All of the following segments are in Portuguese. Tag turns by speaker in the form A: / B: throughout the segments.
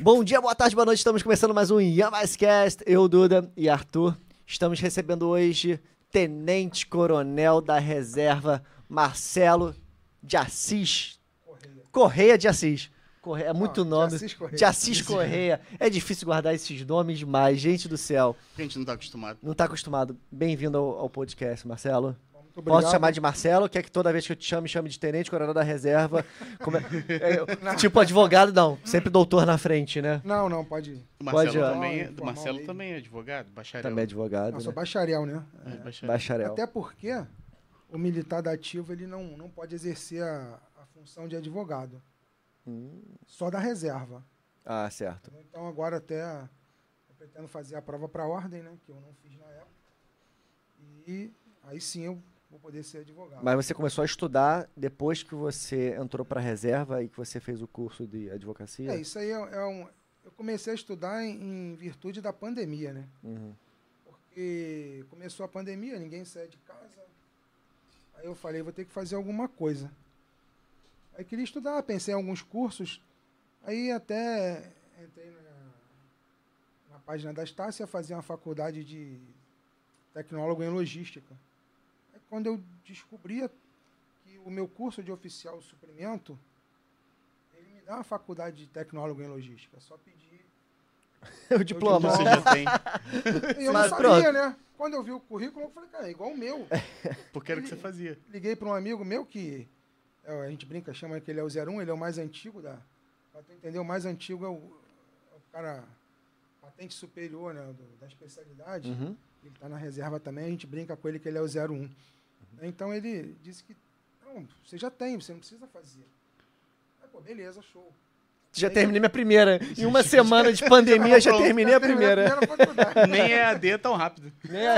A: Bom dia, boa tarde, boa noite. Estamos começando mais um Yamascast. Eu, Duda e Arthur. Estamos recebendo hoje Tenente Coronel da Reserva Marcelo de Assis. Correia, de Assis. Correia, é muito
B: de
A: nome.
B: Assis Correia.
A: De Assis Correia. É difícil guardar esses nomes demais, gente do céu.
C: A gente não tá acostumado.
A: Não tá acostumado. Bem-vindo ao, ao podcast, Marcelo.
B: Muito obrigado.
A: Posso te chamar de Marcelo? Quer que toda vez que eu te chame, chame de tenente, coronel da reserva? Como é- é, eu- tipo advogado, não. Sempre doutor na frente, né?
B: Não, não, pode ir.
C: O Marcelo,
A: Pode, ó.
C: também, é,
B: Informal
C: Marcelo
B: aí.
C: também é advogado, bacharel.
A: Também advogado,
B: Eu sou
A: né?
B: bacharel, né?
C: É, bacharel.
A: bacharel.
B: Até porque o militar da ativa ele não, não pode exercer a, a função de advogado.
A: Hum.
B: Só da reserva.
A: Ah, certo.
B: Então agora até eu pretendo fazer a prova para ordem, né? Que eu não fiz na época. E aí sim eu vou poder ser advogado.
A: Mas você começou a estudar depois que você entrou pra reserva e que você fez o curso de advocacia?
B: É, isso aí é, é um. Eu comecei a estudar em, em virtude da pandemia, né?
A: Uhum.
B: Porque começou a pandemia, ninguém sai de casa. Aí eu falei, vou ter que fazer alguma coisa. Aí queria estudar, pensei em alguns cursos. Aí até entrei na, na página da Estácia, fazer uma faculdade de tecnólogo em logística. Aí quando eu descobria que o meu curso de oficial suprimento, ele me dá uma faculdade de tecnólogo em logística. É só pedir
A: o diploma.
C: Então Você
B: Bom.
C: já tem.
B: e eu
A: Mas
B: não sabia,
A: pronto.
B: né? Quando eu vi o currículo, eu falei, cara, é igual o meu.
C: Porque era o que você fazia.
B: Liguei para um amigo meu que é, a gente brinca, chama que ele é o 01, ele é o mais antigo da. Pra tu entender, o mais antigo é o, é o cara patente superior, né? do- da especialidade.
A: Uhum.
B: Ele tá na reserva também, a gente brinca com ele que ele é o 01. Então ele disse que. Não, você já tem, você não precisa fazer. Aí, pô, beleza, show.
A: Já terminei minha primeira. Em uma semana de pandemia, já terminei a primeira.
B: Terminei a primeira faculdade.
C: Nem é AD tão rápido.
A: Né?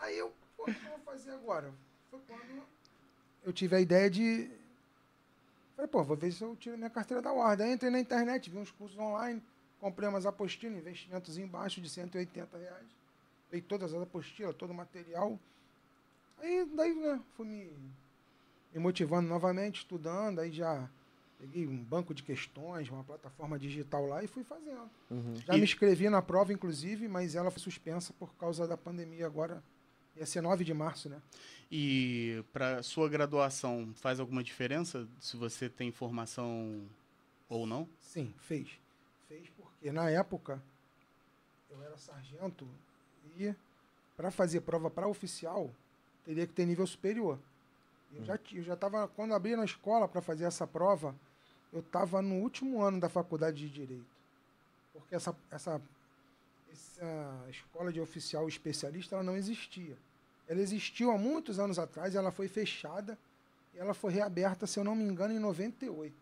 B: Aí eu, pô, o que eu vou fazer agora? Foi quando eu tive a ideia de. Falei, pô, vou ver se eu tiro minha carteira da ordem. Aí entrei na internet, vi uns cursos online, comprei umas apostilas, investimentos embaixo de 180 reais. Dei todas as apostilas, todo o material. Aí daí, né, fui me, me motivando novamente, estudando, aí já peguei um banco de questões, uma plataforma digital lá e fui fazendo.
A: Uhum.
B: Já
C: E-
B: me inscrevi na prova, inclusive, mas ela foi suspensa por causa da pandemia agora. Ia ser 9 de março, né?
C: E para sua graduação, faz alguma diferença se você tem formação ou não?
B: Sim, fez. Fez porque na época eu era sargento e para fazer prova para oficial teria que ter nível superior. Eu já ti- eu já estava quando abri na escola para fazer essa prova, eu estava no último ano da faculdade de direito, porque essa essa essa escola de oficial especialista ela não existia. Ela existiu há muitos anos atrás, ela foi fechada e ela foi reaberta, se eu não me engano, em 98.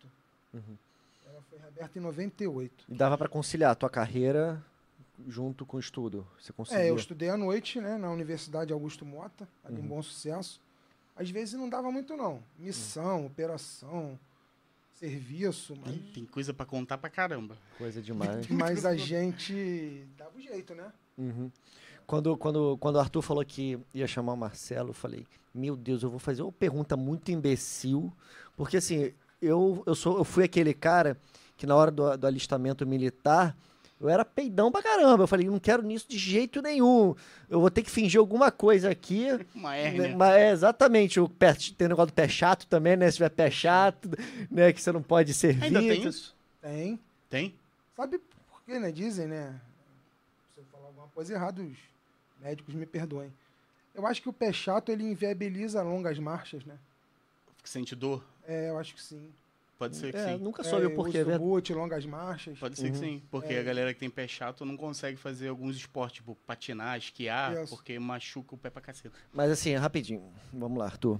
B: Ela foi reaberta em 98.
A: E dava pra conciliar a tua carreira junto com o estudo. Você conseguia. Uhum.
B: É, eu estudei à noite, né, na Universidade Augusto Mota, ali em Bom Sucesso. Às vezes não dava muito, não. Missão,
A: Uhum.
B: operação, serviço, mas,
C: Ih, Tem coisa para contar pra caramba.
A: Coisa demais.
B: mas a gente dava o jeito, né?
A: Uhum. Quando, quando, quando o Arthur falou que ia chamar o Marcelo, eu falei, meu Deus, eu vou fazer uma pergunta muito imbecil. Porque assim, eu, eu, sou, eu fui aquele cara que na hora do, do alistamento militar, eu era peidão pra caramba. Eu falei, não quero nisso de jeito nenhum. Eu vou ter que fingir alguma coisa aqui.
C: Uma
A: né?
C: hérnia.
A: Mas é exatamente, o pé, tem o negócio do pé chato também, né? Se tiver pé chato, né? Que você não pode servir. Então,
C: Ainda tem isso?
B: Tem.
C: Tem?
B: Sabe por quê, né? Dizem, né? Se eu falar alguma coisa errada, os médicos me perdoem. Eu acho que o pé chato, ele inviabiliza longas marchas, né?
C: Sente dor?
B: É, eu acho que sim.
C: Pode ser que
A: É,
C: sim.
A: nunca soube
B: é,
A: o porquê, é
B: uso
A: verdade.
B: boot, longas marchas.
C: Pode ser que sim. Porque
B: É.
C: a galera que tem pé chato não consegue fazer alguns esportes, tipo patinar, esquiar,
B: Isso.
C: porque machuca o pé pra caceta.
A: Mas assim, rapidinho. Vamos lá, Arthur.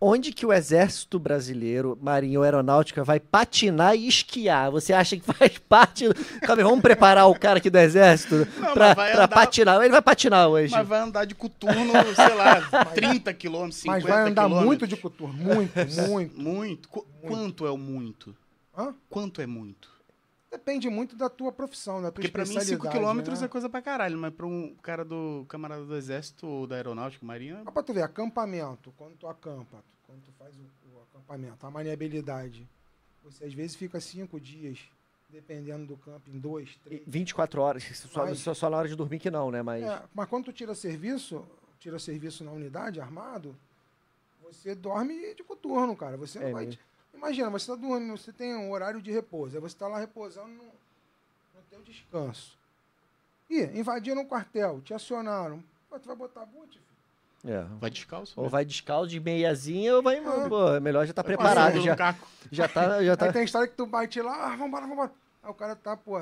A: Onde que o Exército Brasileiro, Marinha ou Aeronáutica vai patinar e esquiar? Você acha que faz parte? do- Calma aí, vamos preparar o cara aqui do Exército
C: Não,
A: pra,
C: mas vai
A: pra
C: andar-
A: patinar. Ele vai patinar hoje.
C: Mas vai andar de coturno, sei lá, 30 quilômetros, 50
B: Mas vai andar
C: quilômetros.
B: muito de coturno, muito, muito.
C: Muito. Qu- Quanto é o muito?
B: Hã?
C: Quanto é muito?
B: Depende muito da tua profissão, da tua
C: Porque pra mim
B: especialidade.
C: 5 quilômetros
B: né?
C: é coisa pra caralho, mas pra um cara do camarada do exército ou da aeronáutica, marinha,
B: Mas pra tu ver, acampamento, quando tu acampa, quando tu faz o, o acampamento, a maniabilidade, você às vezes fica cinco dias, dependendo do campo, em dois,
A: E
B: três.
A: 24 horas, só,
B: Mas-
A: só, só na hora de dormir que não, né? Mas
B: É, mas quando tu tira serviço, tira serviço na unidade, armado, você dorme de coturno, cara. Você não
A: É
B: vai.
A: mesmo.
B: Imagina, você tá dormindo, você tem um horário de repouso. Aí você tá lá repousando no, no teu descanso. Ih, invadiram um quartel, te acionaram. Pô, tu vai botar boot, filho?
A: é.
C: Vai descalço?
A: ou
C: né?
A: vai descalço de meiazinha ou vai.
B: É.
A: Pô, é melhor já tá
C: Vai
A: preparado.
C: passando
A: Já,
C: no caco.
A: já tá. Já
B: Aí
A: tá
B: tem a história que tu bate lá, ah, vambora, vambora. Aí o cara tá, pô.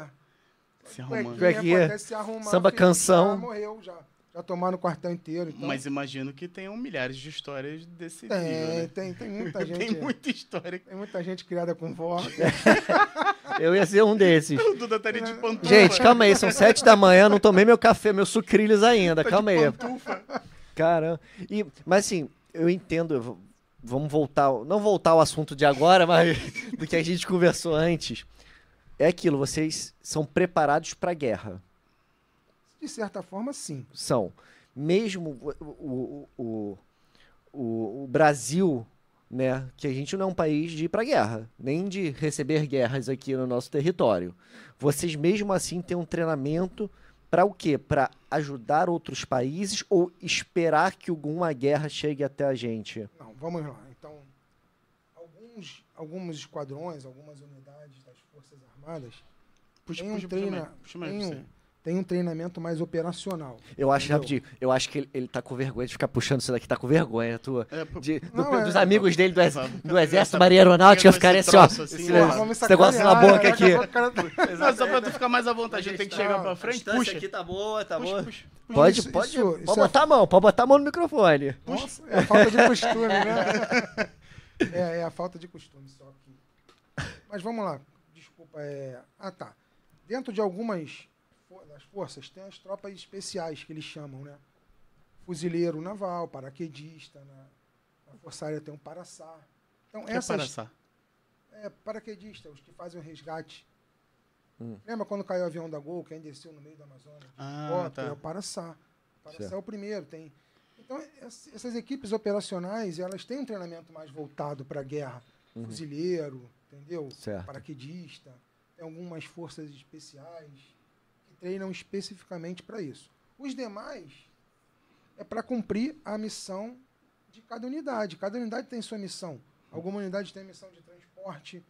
C: Se
B: cuequinha,
C: arrumando.
A: Cuequinha.
B: pô, até se arrumar,
A: Samba
B: filho,
A: canção.
B: Já morreu, já. Já tomaram o quartel inteiro. Então.
C: Mas imagino que tenham milhares de histórias desse nível,
B: tem,
C: né?
B: tem, tem muita É, gente. é.
C: Tem muita história.
B: Tem muita gente criada com vó.
A: eu ia ser um desses.
C: O Duda tá ali de
B: É,
C: pantufa.
A: Gente, calma aí, são sete da manhã, não tomei meu café, meus sucrilhos ainda,
C: Tá de
A: calma aí.
C: pantufa.
A: Caramba. E, mas assim, eu entendo. eu vou- Vamos voltar. ao- Não voltar ao assunto de agora, mas do que a gente conversou antes. É aquilo, vocês são preparados pra guerra.
B: De certa forma, sim.
A: São. Mesmo o, o, o, o- o Brasil, né? Que a gente não é um país de ir pra guerra, nem de receber guerras aqui no nosso território. Vocês, mesmo assim, têm um treinamento pra o quê? Pra ajudar outros países ou esperar que alguma guerra chegue até a gente?
B: Não, vamos lá. Então, alguns, alguns esquadrões, algumas unidades das Forças Armadas
C: Puxa,
B: Tem um
C: puxa, puxa mais,
B: treina-
C: puxa mais
B: tem
C: pra
B: um-
C: você.
B: têm um treinamento mais operacional.
A: Eu acho,
B: Entendeu?
A: rapidinho, eu acho que ele, ele tá com vergonha de ficar puxando isso daqui, tá com vergonha tua.
C: É, pô,
A: De- do-
B: Não, é-
A: dos amigos dele do, ex-
C: Sabe?
A: do Exército
C: Essa-
A: Maria Aeronáutica
C: pegando
A: ficarem
C: esse
A: assim, ó.
C: troço assim,
A: esse-
C: ó.
B: Porra, vamos
A: esse negócio na boca
B: sacanear,
A: aqui.
B: caraca, agora o cara-
C: Não, só pra tu ficar mais à vontade, a gente tem que chegar pra frente, puxa.
A: tá boa, tá
C: puxa, puxa.
A: Pode,
B: Isso-
A: pode.
B: isso-
A: pode
B: isso é-
A: botar a mão, pode botar a mão no microfone.
B: Nossa, é a falta de costume, né? É, é a falta de costume, só que. Mas vamos lá. Desculpa, é. Ah, tá. Dentro de algumas fo- das forças tem as tropas especiais que eles chamam, né? Fuzileiro naval, paraquedista, na, na Força Aérea tem um paraçá. Então,
C: É
B: essas.
C: paraçá.
B: É, paraquedista, os que fazem o resgate.
A: Hum.
B: Lembra quando caiu o avião da Gol, quem desceu no meio da Amazônia?
C: Ah,
B: Helicóptero, é
C: tá.
B: o Paraçá. O Paraçá
A: Certo.
B: é o primeiro, tem. Então, ess- essas equipes operacionais, elas têm um treinamento mais voltado para a guerra.
A: Uhum.
B: Fuzileiro, entendeu?
A: Certo.
B: Paraquedista, tem algumas forças especiais que treinam especificamente para isso. Os demais é para cumprir a missão de cada unidade. Cada unidade tem sua missão. Alguma unidade tem missão de transporte,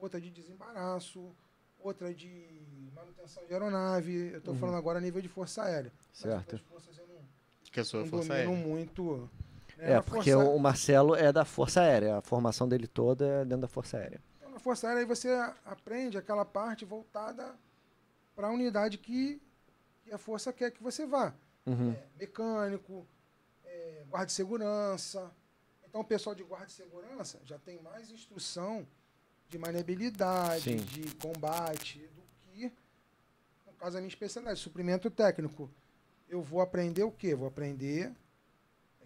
B: outra de desembaraço, outra de manutenção de aeronave. Eu estou
A: Uhum.
B: falando agora a nível de Força Aérea. Mas
A: Certo.
B: outras forças eu não,
C: Que a sua
B: não
C: força
B: domino
C: aérea.
B: muito. né?
A: É,
B: Na
A: porque
B: Força-
A: o Marcelo é da Força Aérea. A formação dele toda é dentro da Força Aérea.
B: Então, na Força Aérea, aí você aprende aquela parte voltada para a unidade que, que a Força quer que você vá.
A: Uhum.
B: É, mecânico, é, guarda de segurança. Então, o pessoal de guarda de segurança já tem mais instrução de maniobrabilidade,
A: Sim.
B: de combate, do que, no caso, a minha especialidade, suprimento técnico. Eu vou aprender o quê? Vou aprender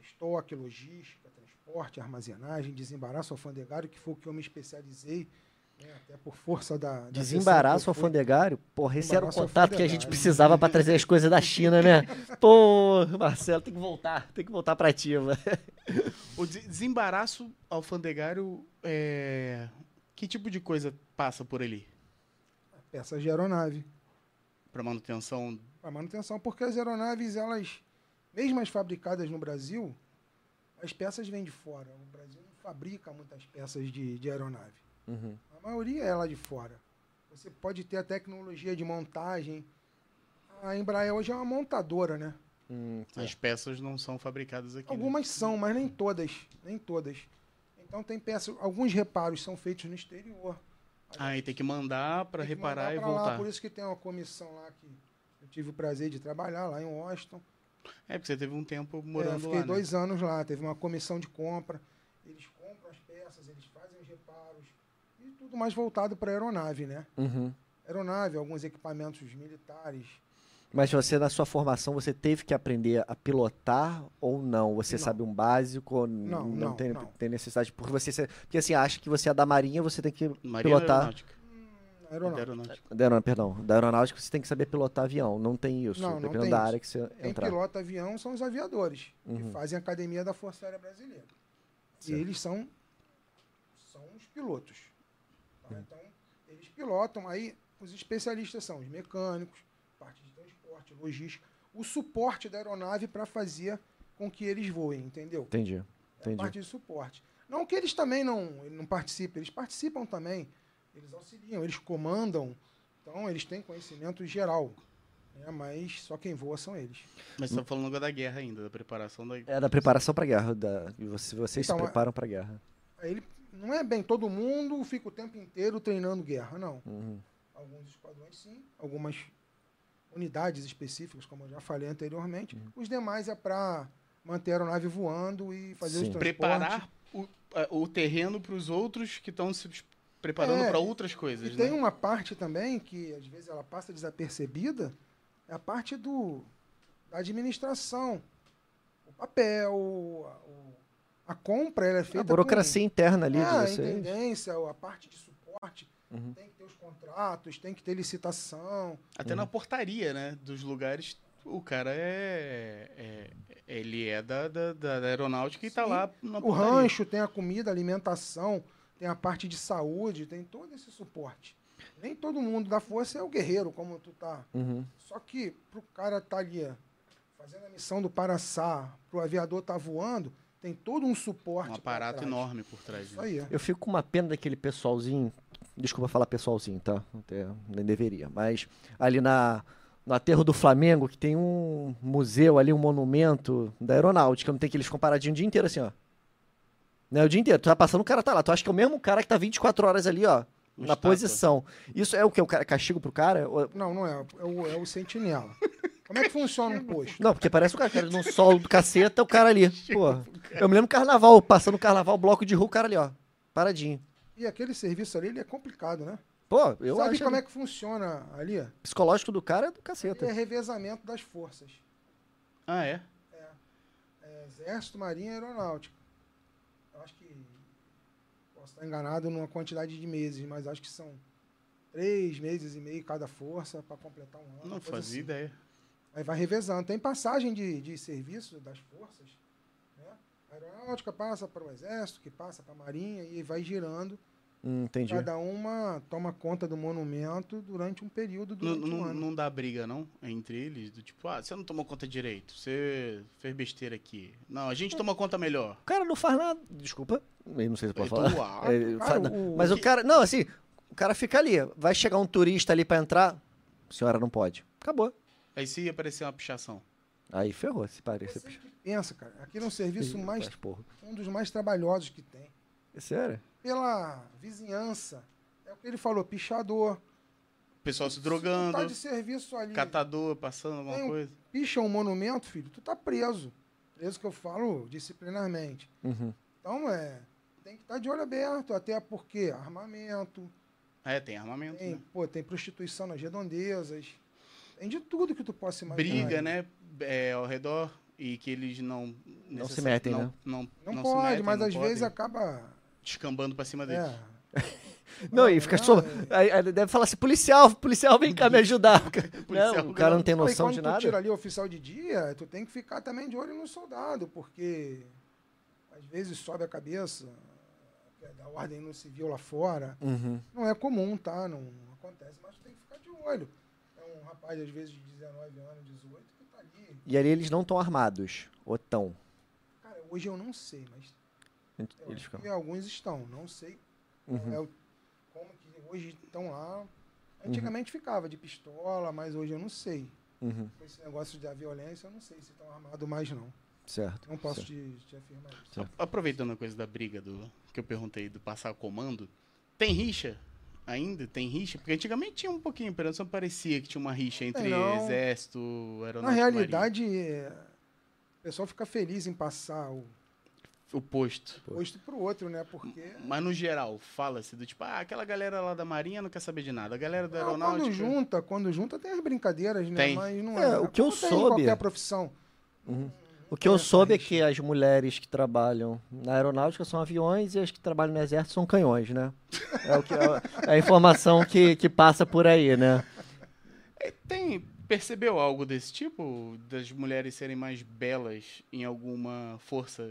B: estoque, logística, transporte, armazenagem, desembaraço alfandegário, que foi o que eu me especializei, né, até por força da... da
A: Desembaraço
B: sessão que eu fui.
A: alfandegário? Porra, esse era o
B: um Desembaraço
A: contato que a gente
B: alfandegário.
A: precisava pra trazer as coisas da China, né? Pô, Marcelo, tem que voltar. Tem que voltar pra ativa.
C: O des- desembaraço alfandegário, é... que tipo de coisa passa por ali?
B: Peças de aeronave.
C: Pra manutenção?
B: para manutenção, porque as aeronaves, elas, mesmo as fabricadas no Brasil, as peças vêm de fora. O Brasil não fabrica muitas peças de, de aeronave.
A: Uhum.
B: A maioria é lá de fora. Você pode ter a tecnologia de montagem. A Embraer hoje é uma montadora, né?
A: Hum,
C: As peças não são fabricadas aqui. né?
B: Algumas são, mas nem todas. Nem todas. Então tem peças, alguns reparos são feitos no exterior.
C: Ah, e tem que mandar pra
B: Tem que
C: reparar
B: mandar
C: e
B: pra lá,
C: voltar.
B: Por isso que tem uma comissão lá que eu tive o prazer de trabalhar lá em Washington.
C: É, porque você teve um tempo
B: É, eu
C: morando
B: fiquei
C: lá, né?
B: dois anos lá, teve uma comissão de compra, eles compram as peças, eles fazem os reparos, e tudo mais voltado para aeronave, né?
A: uhum.
B: Aeronave, alguns equipamentos militares.
A: Mas você, na sua formação, você teve que aprender a pilotar ou não? Você
B: Não.
A: sabe um básico ou n-
B: Não, não,
A: tem,
B: não.
A: tem necessidade? Porque você se- porque, assim, acha que você é da Marinha, você tem que
C: Marinha
A: pilotar.
C: Aeronáutica.
B: Aeronáutica.
C: Aeronáutica.
A: Da aeron- perdão, da aeronáutica você tem que saber pilotar avião. Não tem isso.
B: Não, não
A: dependendo
B: tem
A: da
B: isso.
A: área que você
B: Quem
A: entrar.
B: pilota avião são os aviadores,
A: Uhum.
B: que fazem a academia da Força Aérea Brasileira.
A: Certo. Uhum.
B: E eles são, são os pilotos. tá? Então, Eles pilotam, aí os especialistas são os mecânicos, parte de transporte, logística, o suporte da aeronave para fazer com que eles voem, entendeu?
A: Entendi.
B: É a
A: Entendi.
B: parte de suporte. Não que eles também não, não participem, eles participam também. Eles auxiliam, eles comandam. Então, eles têm conhecimento geral. né? Mas só quem voa são eles.
C: Mas você tá falando agora da guerra ainda, da preparação da.
A: É da preparação pra guerra. Da, e você- vocês
B: Então,
A: se
B: é-
A: preparam pra guerra.
B: Aí ele não é bem todo mundo fica o tempo inteiro treinando guerra, não.
A: Uhum.
B: Alguns esquadrões sim, algumas unidades específicas, como eu já falei anteriormente.
A: Uhum.
B: Os demais é para manter a aeronave voando e fazer
A: Sim.
B: os transportes.
C: Preparar o, a- o terreno para os outros que estão se preparando
B: É,
C: para outras
B: E
C: coisas,
B: tem
C: né?
B: uma parte também que às vezes ela passa desapercebida, é a parte do da administração, o papel, a, o- a compra ela é feita
A: A
B: com-
A: burocracia interna ali
B: Ah,
A: de vocês.
B: intendência, a parte de suporte,
A: Uhum.
B: tem que ter os contratos, tem que ter licitação.
C: Até na portaria, né? Dos lugares, o cara é. é- ele é da, da, da- da aeronáutica e tá
B: Sim.
C: lá na
B: O
C: portaria.
B: rancho tem a comida, alimentação, tem a parte de saúde, tem todo esse suporte. Nem todo mundo da força é o guerreiro, como tu tá.
A: Uhum.
B: Só que pro cara tá ali é, fazendo a missão do Paraçá, pro aviador tá voando, tem todo um suporte.
C: Um
B: pra
C: aparato
B: trás.
C: enorme por trás.
B: Isso
C: Né?
B: aí. é.
A: Eu fico com uma pena daquele pessoalzinho. Desculpa falar pessoalzinho, tá? Até nem deveria. Mas ali na, no aterro do Flamengo, que tem um museu ali, um monumento da aeronáutica, não tem aqueles comparadinhos o dia inteiro assim, ó. Né, o dia inteiro. Tu tá passando, o cara tá lá. Tu acha que é o mesmo cara que tá 24 horas ali, ó.
C: Uma
A: na
C: estátua.
A: posição. Isso é o que? O cara castigo pro cara? Ou-
B: Não, não é. É o, é o sentinela. Como é que funciona um posto?
A: Não, porque parece o cara, é cara num solo do caceta, o cara ali. Pô, eu me lembro do carnaval, passando o carnaval, bloco de rua, o cara ali, ó. Paradinho.
B: E aquele serviço ali, ele é complicado, né?
A: Pô, eu
B: Sabe
A: acho
B: como é que funciona ali?
A: o psicológico do cara é do caceta.
B: É revezamento das forças.
C: Ah, é?
B: É Exército, Marinha e Aeronáutica. Eu acho que posso estar enganado numa quantidade de meses, mas acho que são três meses e meio cada força para completar um ano.
C: Não
B: uma coisa
C: fazia
B: assim.
C: ideia.
B: Aí vai revezando. Tem passagem de, de serviço das forças. Né? A aeronáutica passa para o exército, que passa para a marinha e vai girando.
A: Hum, entendi.
B: Cada uma toma conta do monumento durante um período,
C: Não,
B: durante um
C: não,
B: ano.
C: não dá briga, não? Entre eles? Do tipo, ah, você não tomou conta direito, você fez besteira aqui. Não, a gente toma conta melhor.
A: O cara não faz nada. Desculpa, eu não sei se eu posso
C: Então,
A: falar.
C: ah,
A: É,
B: cara,
A: fa- não,
B: o-
A: Mas o cara. Não, assim, o cara fica ali. Vai chegar um turista ali pra entrar. Senhora não pode. Acabou.
C: Aí se ia aparecer uma pichação.
A: Aí ferrou, se parece.
B: Você que pensa, cara. Aquilo é um serviço mais,
C: tá.
A: Faz porra. É
B: um dos mais trabalhosos que tem.
A: Sério?
B: pela vizinhança. É o que ele falou, pichador.
C: O pessoal se
B: Se tu tá
C: drogando,
B: de serviço ali,
C: catador passando alguma
B: Tem um-
C: coisa.
B: picha um monumento, filho, tu tá preso. Preso que eu falo disciplinarmente.
A: Uhum.
B: Então é, tem que estar de olho aberto, até porque armamento,
C: Ah, é, tem armamento,
B: tem,
C: né?
B: pô, tem prostituição nas redondezas, tem de tudo que tu possa imaginar.
C: Briga, né? É, ao redor. E que eles não. necessari-
A: se metem,
C: não,
A: né?
C: Não,
B: Não,
C: não se
B: pode,
C: metem,
B: mas
C: não
B: às
C: podem,
B: vezes acaba.
C: Descambando pra cima deles.
B: É,
A: Não, e fica
B: não,
A: só.
B: é.
A: Aí, aí deve falar assim: policial, policial, vem cá me ajudar.
C: Policial,
A: não, o cara não tem
B: Não, e
A: noção
B: quando
A: de
B: tu tira
A: nada.
B: ali o oficial de dia, tu tem que ficar também de olho no soldado, porque às vezes sobe a cabeça, quer dar ordem no civil lá fora.
A: Uhum.
B: Não é comum, tá? Não, não acontece, mas tu tem que ficar de olho. É um rapaz, às vezes, de 19 anos, 18, que tá ali.
A: E ali eles não estão armados. Ou tão.
B: Cara, hoje eu não sei, mas eu
A: Eles
B: acho
A: ficam.
B: que alguns estão. Não sei
A: Uhum.
B: é o- como que hoje estão lá. Antigamente ficava de pistola, mas hoje eu não sei.
A: Uhum.
B: Com esse negócio da violência, eu não sei se estão armados mais, não.
A: Certo.
B: Não posso
A: certo.
B: te, te afirmar isso.
A: Certo.
C: Aproveitando a coisa da briga do que eu perguntei do passar comando, tem rixa? Ainda tem rixa? Porque antigamente tinha um pouquinho, pelo menos parecia que tinha uma rixa entre
B: não.
C: exército, aeronáutica.
B: Na
C: e
B: realidade, é, o pessoal fica feliz em passar o
C: marinha. o posto.
B: posto pro outro, né? Porque
A: Hum,
C: Mas no geral, fala-se do tipo, ah, aquela galera lá da marinha não quer saber de nada, a galera da
B: ah, quando
C: aeronáutica.
B: junta, quando junta tem as brincadeiras, né?
C: Tem.
B: Mas não
A: É,
B: é.
A: o que eu
B: Como tem em
A: soube-
B: qualquer profissão.
A: O que eu
B: É,
A: soube é
B: mas-
A: que as mulheres que trabalham na aeronáutica são aviões e as que trabalham no exército são canhões, né? É, o que, é a informação que, que passa por aí, né?
C: É, Tem, percebeu algo desse tipo? Das mulheres serem mais belas em alguma força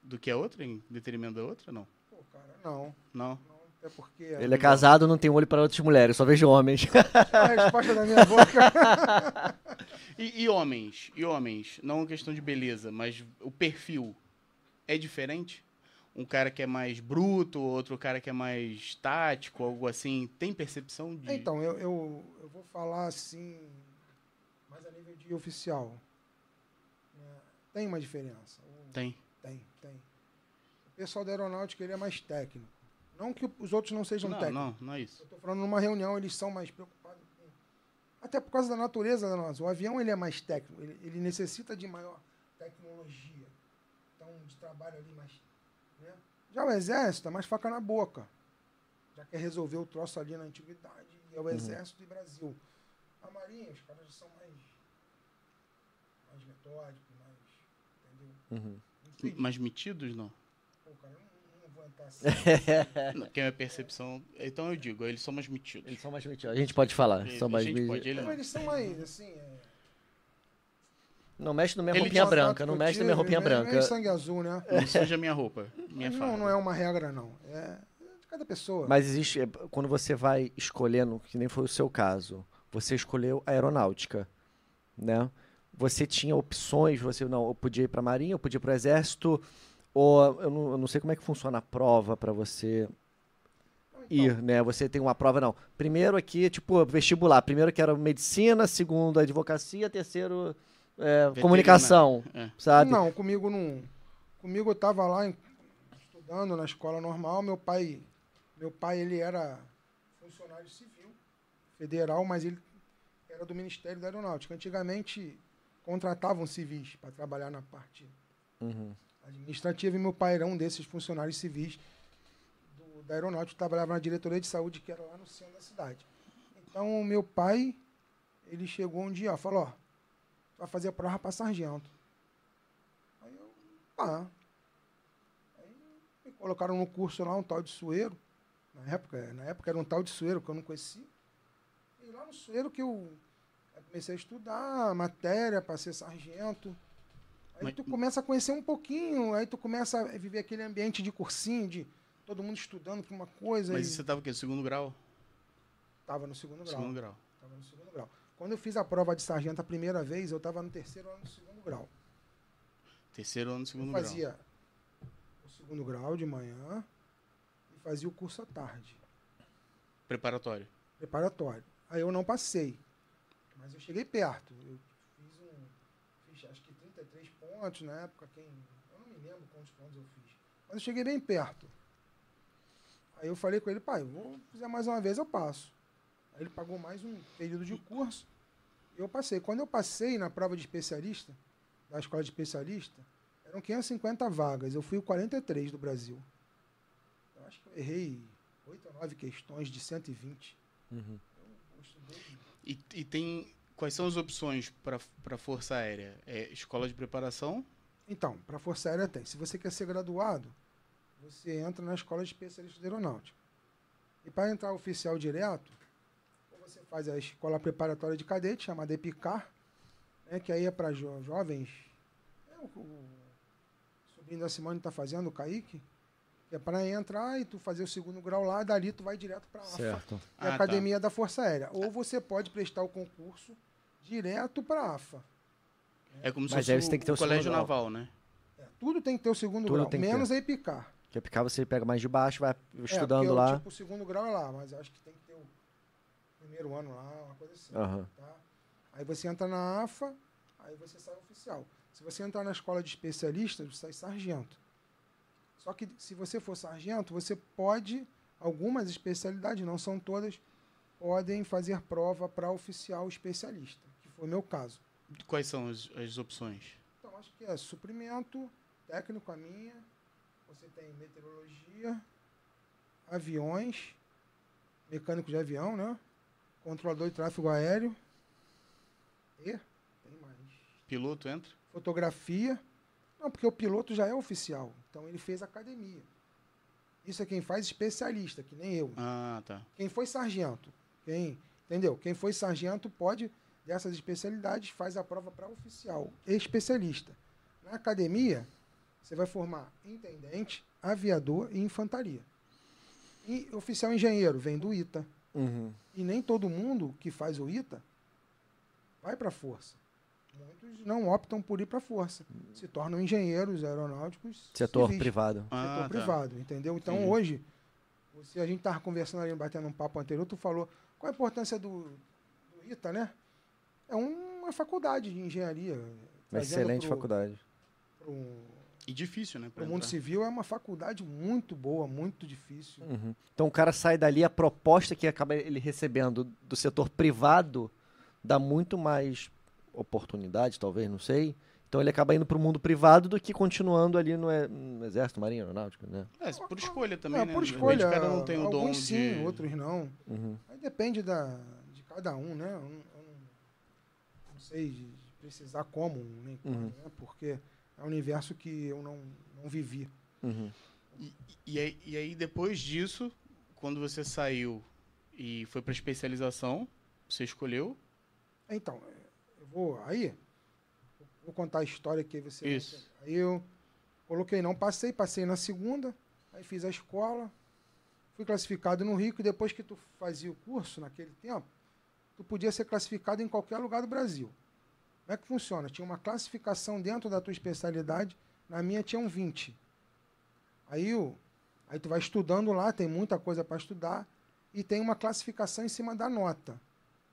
C: do que a outra, em detrimento da outra? Não.
B: Pô, cara, não.
C: Não.
B: não. É porque.
A: Ele é casado, não tem olho para outras mulheres, só vejo homens.
B: A resposta da minha boca.
C: E, e homens, e homens, não uma questão de beleza, mas o perfil é diferente? Um cara que é mais bruto, outro cara que é mais tático, algo assim, tem percepção de.
B: Então, eu, eu, eu vou falar assim, mais a nível de oficial. né? Tem uma diferença. O-
C: Tem.
B: Tem, tem. O pessoal da aeronáutica ele é mais técnico. Não que os outros não sejam
C: Não,
B: técnicos.
C: não, não é isso.
B: Eu tô falando numa reunião, eles são mais preocupados. com- Até por causa da natureza da nossa. O avião ele é mais técnico, ele, ele necessita de maior tecnologia. Então, de trabalho ali mais. né? Já o exército é mais faca na boca. Já quer resolver o troço ali na antiguidade. E é o exército do Brasil. A marinha, os caras são mais. mais metódicos, mais. Entendeu?
A: Uhum.
B: Não sei,
C: Mais metidos, não?
B: pô, cara, eu não, não vou entrar assim.
C: Não, Quem é percepção. Então eu digo, eles são mais metidos.
A: Eles são mais metidos. A gente pode falar.
C: Ele-
A: são mais um
C: a gente
A: metidos.
C: pode, ele
B: Então,
C: não.
B: eles são mais, assim. é,
A: Não mexe na minha
C: Ele tá
A: roupinha
B: contato
A: branca. Não mexe na minha roupinha
B: contigo, é-
A: branca.
B: É sangue azul, né?
C: Não suja minha roupa, minha
B: Não,
C: fala.
B: não é uma regra, não. É de cada pessoa.
A: Mas existe. é, Quando você vai escolhendo, que nem foi o seu caso, você escolheu a aeronáutica, né? Você tinha opções, você não, eu podia ir para a Marinha, eu podia ir para o Exército, ou eu não, eu não sei como é que funciona a prova para você
B: Então,
A: ir, né? Você tem uma prova, não. Primeiro aqui, tipo, vestibular. Primeiro que era medicina, segundo advocacia, terceiro é, comunicação,
C: É.
A: sabe?
B: Não, comigo não. Comigo eu tava lá em- estudando na escola normal. Meu pai, meu pai ele era funcionário civil federal, mas ele era do Ministério da Aeronáutica. Antigamente contratavam civis para trabalhar na parte
A: Uhum.
B: administrativa e meu pai era um desses funcionários civis do- da aeronáutica, que trabalhava na diretoria de saúde, que era lá no centro da cidade. Então, o meu pai, ele chegou um dia, ó, falou, ó, tu vai fazer a prova para sargento. Aí eu, tá. Aí me colocaram no curso lá, um tal de Sueiro, na época, na época era um tal de Sueiro que eu não conhecia. E lá no Sueiro que eu eu comecei a estudar a matéria para ser sargento. Aí
C: Mas-
B: tu começa a conhecer um pouquinho, aí tu começa a viver aquele ambiente de cursinho, de todo mundo estudando para uma coisa.
C: Mas
B: e
C: você tava o quê? Segundo grau?
B: Tava no segundo grau.
C: Segundo grau.
B: Tava no segundo grau. Quando eu fiz a prova de sargento a primeira vez, eu estava no terceiro ano do segundo grau.
C: Terceiro ano,
B: Eu
C: segundo grau.
B: fazia o segundo grau de manhã e fazia o curso à tarde,
C: Preparatório.
B: preparatório. Aí eu não passei, mas eu cheguei perto. Eu fiz um, fiz acho que 33 pontos na época, quem, eu não me lembro quantos pontos eu fiz, mas eu cheguei bem perto. Aí eu falei com ele, pai, eu vou fazer mais uma vez, eu passo. Aí ele pagou mais um período de curso e eu passei. Quando eu passei na prova de especialista, da escola de especialista, eram 550 vagas. Eu fui o 43 do Brasil. Eu acho que eu errei 8 ou 9 questões de 120.
A: Uhum.
B: Eu estudei.
C: E, e tem. Quais são as opções para para Força Aérea? É escola de preparação?
B: Então, para a Força Aérea tem. Se você quer ser graduado, você entra na escola de especialista de aeronáutica. E para entrar oficial direto, ou você faz a escola preparatória de cadete, chamada EPICAR, né, que aí é para jo jovens. É o, o sobrinho da Simone está fazendo, o Kaique. que É para entrar e tu fazer o segundo grau lá, dali tu vai direto para a AFA,
A: Certo.
B: que é a
C: Ah, tá.
B: Academia da Força Aérea. Ou você pode prestar o concurso direto para a AFA.
C: É como se
A: Mas
C: fosse
A: aí você
C: o-
A: tem que ter
C: o
A: o segundo
C: colégio
A: grau.
C: naval, né?
B: É, tudo tem que ter o segundo
A: Tudo
B: grau,
A: tem que ter.
B: menos a EPICAR.
A: Que é picar, você pega mais de baixo, vai
B: É,
A: estudando
B: porque,
A: lá.
B: Tipo, o segundo grau é lá, mas acho que tem que ter o primeiro ano lá, uma coisa assim.
A: Aham.
B: tá? Aí você entra na AFA, aí você sai oficial. Se você entrar na escola de especialista, você sai sargento. Só que se você for sargento, você pode, algumas especialidades, não são todas, podem fazer prova para oficial especialista, que foi o meu caso.
C: Quais são as, as opções?
B: Então, acho que é suprimento, técnico a minha, você tem meteorologia, aviões, mecânico de avião, né? Controlador de tráfego aéreo. E tem mais.
C: Piloto entra?
B: Fotografia. Não, porque o piloto já é oficial. Então ele fez academia. Isso é quem faz especialista, que nem eu.
C: Ah, tá.
B: Quem foi sargento, quem, entendeu? Quem foi sargento pode dessas especialidades faz a prova para oficial, especialista. Na academia, você vai formar intendente, aviador e infantaria. E oficial engenheiro vem do ITA.
A: Uhum.
B: E nem todo mundo que faz o ITA vai para a força. Muitos não optam por ir para a força. Se tornam engenheiros aeronáuticos.
A: Setor
B: civis,
A: privado.
B: Setor
C: Ah, tá.
B: privado, entendeu? Então
C: Entendi.
B: hoje, se a gente estava conversando ali, batendo um papo anterior, tu falou qual a importância do, do ITA, né? É uma faculdade de engenharia.
A: Uma
B: trazendo
A: excelente
B: pro-
A: faculdade.
B: pro-
C: E difícil, né? pra
B: Para o mundo
C: entrar.
B: civil é uma faculdade muito boa, muito difícil.
A: Uhum. Então o cara sai dali, a proposta que acaba ele recebendo do setor privado dá muito mais oportunidade, talvez, não sei. Então ele acaba indo para o mundo privado do que continuando ali no, e- no exército, marinha, aeronáutica, né?
C: É, por escolha também,
B: é,
C: né?
B: por
C: Às vezes
B: escolha.
C: Os caras não têm o dom
B: alguns sim,
C: de...
B: outros não.
A: Uhum.
B: Aí depende da, de cada um, né? Eu, não- eu não- não sei de de precisar como, nem quando,
A: Uhum.
B: né? Porque é um universo que eu não, não vivi.
A: Uhum.
C: E aí, e aí, depois disso, quando você saiu e foi pra especialização, você escolheu
B: Então, é, eu vou. Aí, eu vou contar a história que você. vai
C: Isso.
B: entender. Aí eu coloquei, não passei, passei na segunda, aí fiz a escola, fui classificado no Rio, que depois que tu fazia o curso naquele tempo, tu podia ser classificado em qualquer lugar do Brasil. Como é que funciona? Tinha uma classificação dentro da tua especialidade, na minha tinha um 20. Aí, o, aí tu vai estudando lá, tem muita coisa para estudar, e tem uma classificação em cima da nota,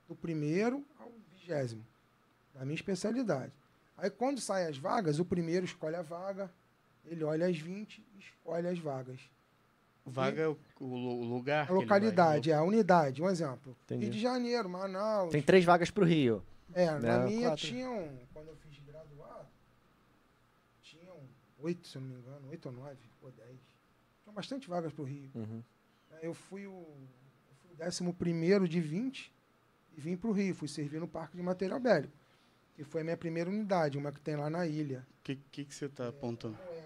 B: do primeiro ao vigésimo, da minha especialidade. Aí quando saem as vagas, o primeiro escolhe a vaga, ele olha as 20, escolhe as vagas.
C: vaga, é o, o lugar...
B: A
C: que ele vai,
B: localidade, é a unidade, um exemplo.
A: Entendi.
B: Rio de Janeiro, Manaus.
A: Tem três vagas para o Rio.
B: É, na
A: Né,
B: minha
A: quatro.
B: tinham, quando eu fiz graduar, tinham oito, se eu não me engano, oito ou nove, ou dez. Tinham bastante vagas para o Rio.
A: Uhum.
B: Né, Eu fui o, eu fui o décimo primeiro de 20 e vim para o Rio, fui servir no Parque de Material Bélico, que foi a minha primeira unidade, uma que tem lá na ilha.
C: O que, que, que você tá apontando?
B: Moeda.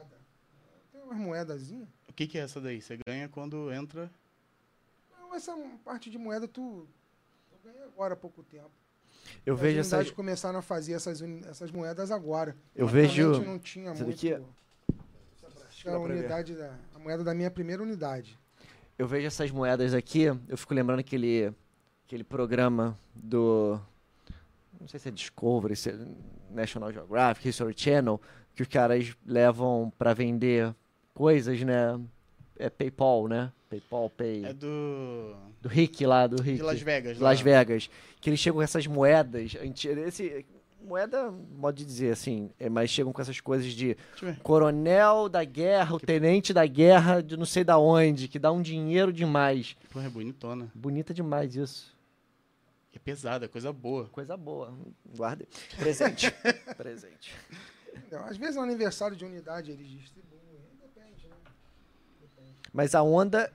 B: Tem umas moedazinhas.
C: O que, que é essa daí? Você ganha quando entra...
B: Não, essa parte de moeda tu, tu ganhei agora há pouco tempo.
A: Eu
B: As
A: vejo
B: unidades
A: essas.
B: começaram a fazer essas, uni- essas moedas agora.
A: Eu
B: Antigamente
A: vejo-
B: não tinha
A: Isso
B: muito.
A: daqui é-
B: Tinha a unidade da a moeda da minha primeira unidade.
A: Eu vejo essas moedas aqui, eu fico lembrando aquele, aquele programa do. Não sei se é Discovery, se é National Geographic, History Channel, que os caras levam pra vender coisas, né? É PayPal, né? PayPal, Pay.
C: É do...
A: Do Rick lá, do Rick.
C: De Las Vegas.
A: De Las
C: lá.
A: Vegas. Que eles chegam com essas moedas. anti- Esse, moeda, modo de dizer assim, é, mas chegam com essas coisas de
C: Deixa eu ver.
A: coronel da guerra, o tenente da guerra de não sei da onde, que dá um dinheiro demais.
C: Porra, é bonitona.
A: Bonita demais isso.
C: É pesada, é coisa boa.
A: Coisa boa. Guarda. Presente. Presente.
B: Entendeu? Às vezes no aniversário de unidade eles distribuem, depende, né?
A: Mas a onda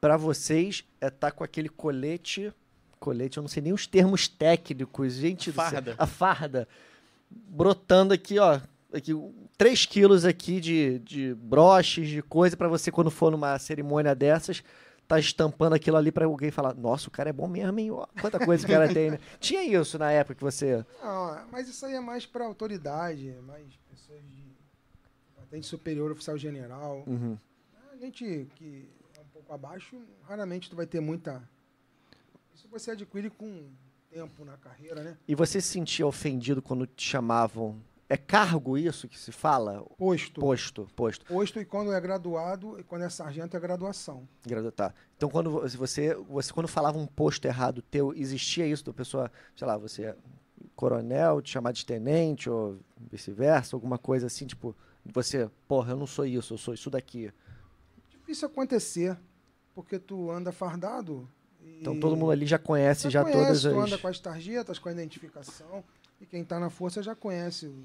A: pra vocês é tá com aquele colete, colete, eu não sei nem os termos técnicos, gente, do céu.
C: Farda.
A: a farda brotando aqui, ó, aqui 3 quilos aqui de, de broches, de coisa pra você quando for numa cerimônia dessas, tá estampando aquilo ali pra alguém falar: "Nossa, o cara é bom mesmo, hein? Ó, quanta coisa o cara tem, né?" Tinha isso na época que você
B: Não, mas isso aí é mais para autoridade, é mais pessoas de patente superior, oficial general.
A: Uhum.
B: A gente que é um pouco abaixo, raramente tu vai ter muita. Isso você adquire com tempo na carreira, né?
A: E você se sentia ofendido quando te chamavam? É cargo isso que se fala?
B: Posto.
A: Posto, posto.
B: Posto e quando é graduado, e quando é sargento é graduação.
A: Gradu- Tá. Então, quando vo- se você, você quando falava um posto errado teu, existia isso da pessoa, sei lá, você é coronel, te chamar de tenente ou vice-versa, alguma coisa assim, tipo, você, porra, eu não sou isso, eu sou isso daqui.
B: Difícil acontecer, porque tu anda fardado. e-
A: Então, todo mundo ali já conhece
B: já
A: já
B: conhece,
A: todas
B: tu anda
A: as...
B: com as tarjetas, com a identificação, e quem tá na força já conhece o-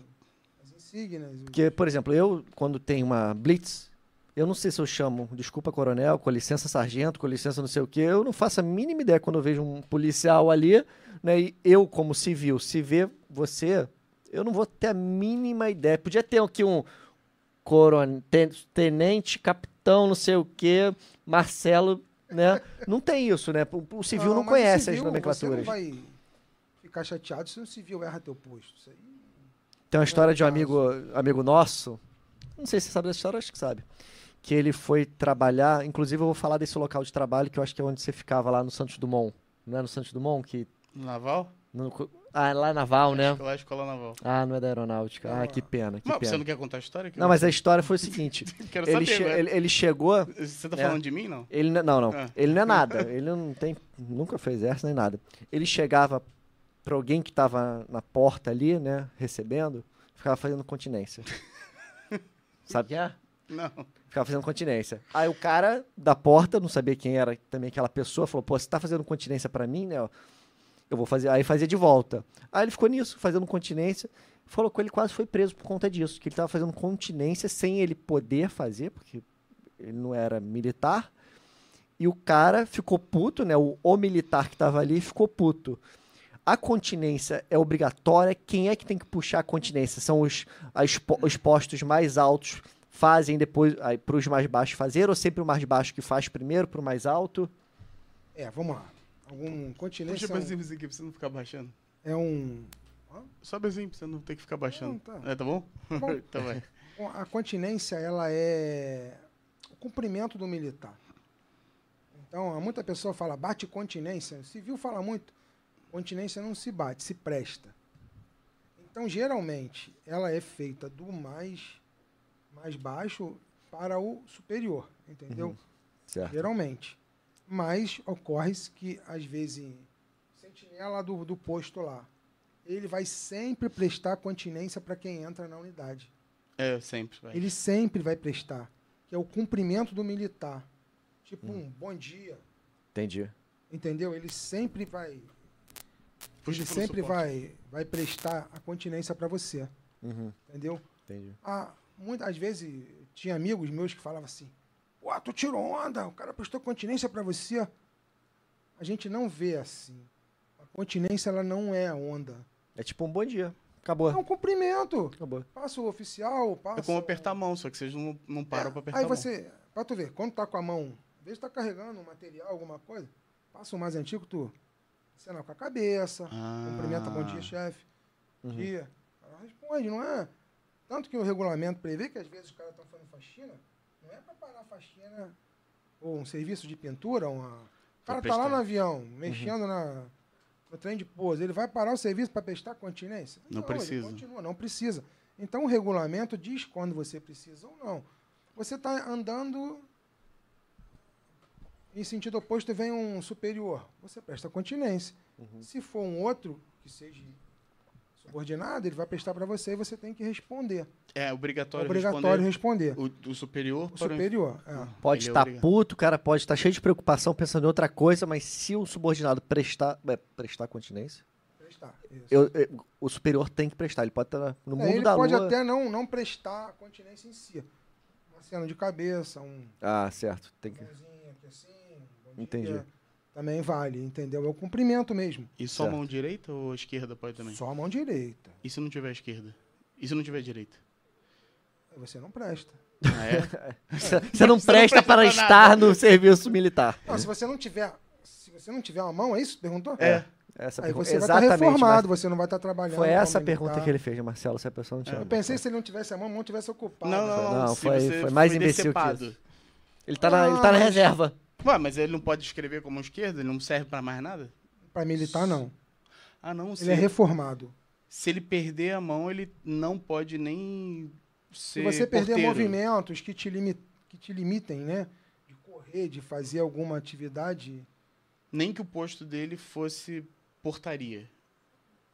B: as insígnias. o-
A: Porque, por exemplo, eu, quando tem uma blitz, eu não sei se eu chamo, desculpa, coronel, com licença, sargento, com licença, não sei o quê, eu não faço a mínima ideia quando eu vejo um policial ali, né? E eu, como civil, se vê você, eu não vou ter a mínima ideia. Podia ter aqui um coron... ten- tenente, capitão, não sei o quê, Marcelo, né? Não tem isso, né? O o civil não,
B: Ah, mas o
A: conhece
B: civil,
A: as nomenclaturas.
B: Você não vai ficar chateado se um civil erra teu posto. Isso aí
A: Tem uma história de um
C: É
B: caso.
A: amigo, amigo nosso, não sei se você sabe dessa história, acho que sabe, que ele foi trabalhar. Inclusive, eu vou falar desse local de trabalho que eu acho que é onde você ficava lá no Santos Dumont. Não é no Santos Dumont que.
C: Naval?
A: no- ah, lá naval, né?
C: Escola, escola naval.
A: Ah, não é da aeronáutica. Ah,
B: Ah.
A: que pena, que
C: Mas você
A: pena.
C: não quer contar a história? Que
A: Não,
C: eu-
A: mas a história foi o seguinte.
C: Quero
A: ele,
C: saber,
A: che-
C: velho.
A: ele, ele chegou.
C: Você tá
A: É.
C: falando de mim, não?
A: Ele n- não, não.
C: Ah.
A: Ele não é nada. Ele não tem, nunca fez essa nem nada. Ele chegava pra alguém que tava na porta ali, né, recebendo, ficava fazendo continência. Sabe quem é?
C: Não.
A: Ficava fazendo continência. Aí o cara da porta, não sabia quem era também aquela pessoa, falou: "Pô, você tá fazendo continência pra mim, né? ó, Eu vou fazer". Aí fazia de volta. Aí ele ficou nisso, fazendo continência. Falou que ele quase foi preso por conta disso, que ele tava fazendo continência sem ele poder fazer, porque ele não era militar. E o cara ficou puto, né? O, o militar que tava ali ficou puto. A continência é obrigatória. Quem é que tem que puxar a continência? São os, as po- os postos mais altos fazem depois para os mais baixos fazer ou sempre o mais baixo que faz primeiro para o mais alto?
B: É, vamos lá. Algum continente
C: Puxa
B: é um-
C: pra cima isso aqui pra você não ficar baixando.
B: é um.
C: Sobe assim pra você não ter que ficar baixando.
B: Não, tá.
C: É, tá bom?
B: bom.
C: então vai.
B: Bom, A continência, ela é o cumprimento do militar. Então, há muita pessoa fala, bate continência. Civil fala muito, continência não se bate, se presta. Então, geralmente, ela é feita do mais, mais baixo para o superior, entendeu?
A: Certo.
B: Geralmente. Mas ocorre que, às vezes, o sentinela do, do posto lá, ele vai sempre prestar continência para quem entra na unidade
C: É, sempre, vai.
B: ele sempre vai prestar, que é o cumprimento do militar. Tipo
C: Hum.
B: um bom dia,
A: Entendi.
B: entendeu? Ele sempre vai,
C: Puxa
B: ele
C: pro
B: sempre
C: suporte.
B: vai, vai prestar a continência para você,
A: Uhum,
B: entendeu?
A: entendi.
B: Ah, muitas vezes tinha amigos meus que falavam assim: "Pô, tu tirou onda, o cara prestou continência para você". A gente não vê assim. A continência ela não é onda.
A: É tipo um bom dia. Acabou.
B: É um cumprimento.
A: Acabou.
B: Passa o oficial, passa
C: É como apertar a mão, só que vocês não, não param
B: É,
C: pra apertar um.
B: Aí
C: a mão.
B: você, pra tu ver, quando tá com a mão, às vezes tá carregando um material, alguma coisa, passa o mais antigo, tu sinal com a cabeça,
C: Ah.
B: cumprimenta, bom dia, chefe,
A: Uhum.
B: dia. Ela responde, não é? Tanto que o regulamento prevê que às vezes os caras estão fazendo faxina, não é pra parar a faxina ou um serviço de pintura, uma... O cara tá lá
C: prestar.
B: no avião, mexendo na, no trem de pouso, ele vai parar o serviço para prestar continência?
C: Não
B: ele
C: precisa.
B: continua, não precisa. Então o regulamento diz quando você precisa ou não. Você está andando em sentido oposto, vem um superior, você presta continência.
A: Uhum.
B: Se for um outro que seja subordinado, ele vai prestar para você e você tem que responder.
C: É
B: É
C: obrigatório,
B: obrigatório
C: responder.
B: responder.
C: O, o superior
B: O
C: para o-
B: superior. é.
A: Pode
C: Ele é
A: estar
C: obrigado.
A: puto, o cara pode estar cheio de preocupação, pensando em outra coisa, mas se o subordinado prestar, é, prestar continência,
B: Prestar. Isso.
A: eu- eu- o superior tem que prestar. Ele pode estar no
B: É,
A: mundo
B: ele
A: da
B: pode
A: lua.
B: até não, não prestar a continência em si. Uma cena de cabeça, um
A: Ah, certo. Tem que...
B: mãozinho aqui assim, um bom
A: Entendi.
B: dia, Também vale, entendeu? É o cumprimento mesmo.
C: E só
A: Certo.
C: mão direita ou esquerda pode também?
B: Só a mão direita.
C: E se não tiver esquerda? E se não tiver direita?
B: Aí Você não presta.
C: Ah, é?
A: Você você não
C: Você não
A: presta
C: presta pra
A: para estar no serviço militar.
B: Não, se você não tiver. Se você não tiver uma mão, é isso? que Perguntou?
C: É.
A: Essa
B: Aí
A: pergunta-
B: você vai estar
A: Exatamente, mas
B: reformado, você não vai estar trabalhando.
A: Foi
B: como
A: essa a pergunta
B: militar. É,
A: que ele fez, Marcelo, se a pessoa não tinha.
B: Eu pensei se ele não tivesse a mão, a mão tivesse
C: Não,
B: ocupada.
C: não, não.
A: Não,
C: se
A: foi-
C: você
A: foi mais
C: foi
A: imbecil que
C: decepado.
A: isso. Ele tá na, ele tá na
B: Ah,
A: reserva.
C: Ué, mas ele não pode escrever como esquerda? Ele não serve pra mais nada?
B: Pra militar, não.
C: Ah, não. Se
B: Ele é reformado.
C: se ele perder a mão, ele não pode nem
B: Se
C: ser
B: você perder
C: porteiro.
B: movimentos que te, limi- que te limitem, né? De correr, de fazer alguma atividade.
C: Nem que o posto dele fosse portaria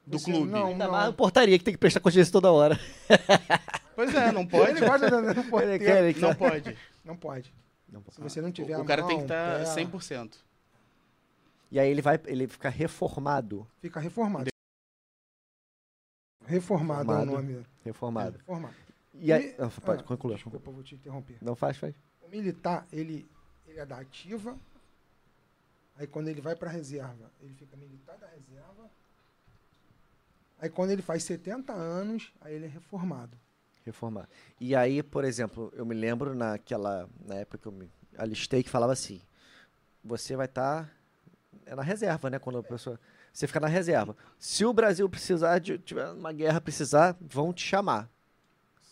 C: do
B: Você-
C: clube.
B: Não,
A: Ainda
B: não.
A: mais na portaria que tem que prestar continência toda hora.
C: Pois é, não pode.
B: Ele gosta da- da
A: Ele
B: porteira.
A: quer, ele
C: Não
A: quer.
C: pode.
B: Não pode.
A: Não, pô.
B: Se você não tiver
C: Ah, O
B: a
C: cara tem
B: mão,
C: que tá estar
A: tá
B: pé,
C: 100%.
A: E aí ele vai, ele fica reformado.
B: Fica reformado. Reformado, é o
A: Reformado.
B: nome.
A: Reformado.
B: Reformado.
A: E aí.
B: E-
A: Não, pode
B: Ah,
A: concluir.
B: Desculpa, eu vou te interromper.
A: Não faz, faz.
B: O militar, ele, ele é da ativa. Aí quando ele vai pra reserva, ele fica militar da reserva. Aí quando ele faz 70 anos, aí ele é reformado.
A: Reformar. E aí, por exemplo, eu me lembro naquela. Na época que eu me alistei, que falava assim: você vai estar. é na reserva, né? Quando a pessoa. Você fica na reserva. Se o Brasil precisar, de, tiver uma guerra precisar, vão te chamar.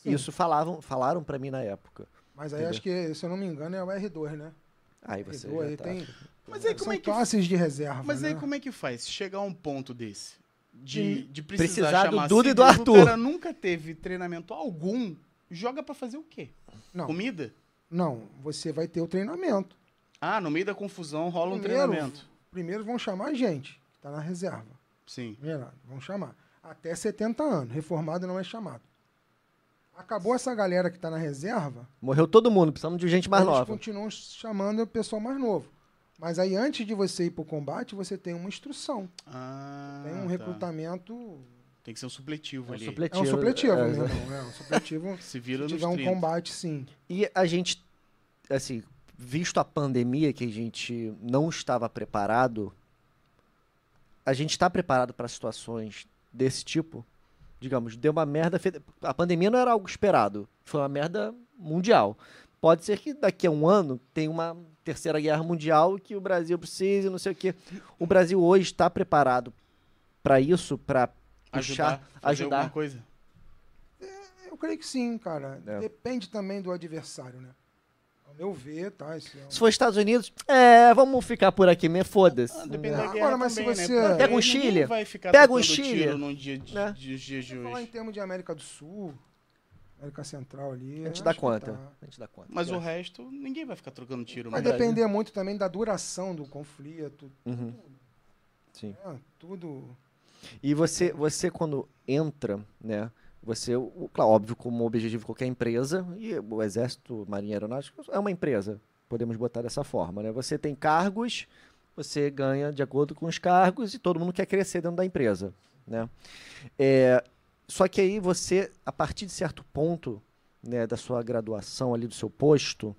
B: Sim.
A: Isso falavam, falaram pra mim na época.
B: Mas aí acho que, se eu não me engano, é o R2, né?
A: Aí você
B: R2, aí
A: já tá...
B: tem,
C: Mas aí como
B: são
C: é que
B: classes de reserva,
C: Mas aí
B: né?
C: como é que faz? Se chegar a um ponto desse, de, de precisar,
A: Precisar do
C: chamar
A: Duda e
C: cinco,
A: do Arthur.
C: O cara nunca teve treinamento algum, joga pra fazer o quê?
B: Não.
C: Comida?
B: Não, você vai ter o treinamento.
C: Ah, no meio da confusão rola um
B: Primeiro-
C: treinamento.
B: Primeiro vão chamar a gente, que tá na reserva.
C: Sim.
B: Primeiro, vão chamar. Até 70 anos, reformado não é chamado. Acabou essa galera que tá na reserva,
A: Morreu todo mundo, precisamos de gente mais
B: eles
A: nova.
B: continuam chamando o pessoal mais novo. Mas aí, antes de você ir pro combate, você tem uma instrução.
C: Ah,
B: Tem um
C: tá.
B: recrutamento.
C: Tem que ser um supletivo
A: É um
C: ali.
B: É um
A: supletivo.
B: supletivo,
A: é,
B: né, irmão? É um supletivo.
C: Se
B: Se
C: vira nos
B: tiver um
C: 30.
B: combate, sim.
A: E a gente, assim, visto a pandemia que a gente não estava preparado, a gente está preparado para situações desse tipo? Digamos, deu uma merda. fe- A pandemia não era algo esperado, foi uma merda mundial. Pode ser que daqui a um ano tenha uma terceira guerra mundial que o Brasil precise, não sei o quê. O Brasil hoje está preparado para isso, para puxar,
C: Ajudar. fazer
A: ajudar.
C: alguma coisa.
B: Eu creio que sim, cara.
A: É.
B: Depende também do adversário, né? Ao meu ver, tá? Isso é um-
A: Se for Estados Unidos, é, vamos ficar por aqui mesmo, foda-se.
C: Ah, depende da
B: É. Agora,
C: guerra
B: mas se
C: também, né?
B: você-
C: Porque
A: Pega um
C: ninguém
A: Chile,
C: vai ficar
A: pega um
C: tocando
A: Chile,
C: tiro num dia de,
A: né?
C: de- dos dias de
B: Vou falar em
C: hoje.
B: termos de América do Sul, América Central ali.
A: A gente
B: acho
A: dá
B: que
A: conta.
B: tá.
A: A gente dá conta.
C: Mas o resto, ninguém vai ficar trocando tiro.
B: Vai
C: mais.
A: Verdade,
B: depender muito também da duração do conflito.
A: Uhum. Sim.
B: né? Tudo.
A: E você, você quando entra, né? Você, o- claro, óbvio, como objetivo de qualquer empresa, e o Exército, Marinha Aeronáutica, é uma empresa, podemos botar dessa forma, né? Você tem cargos, você ganha de acordo com os cargos e todo mundo quer crescer dentro da empresa, né? É, só que aí você, a partir de certo ponto, né, da sua graduação ali, do seu posto,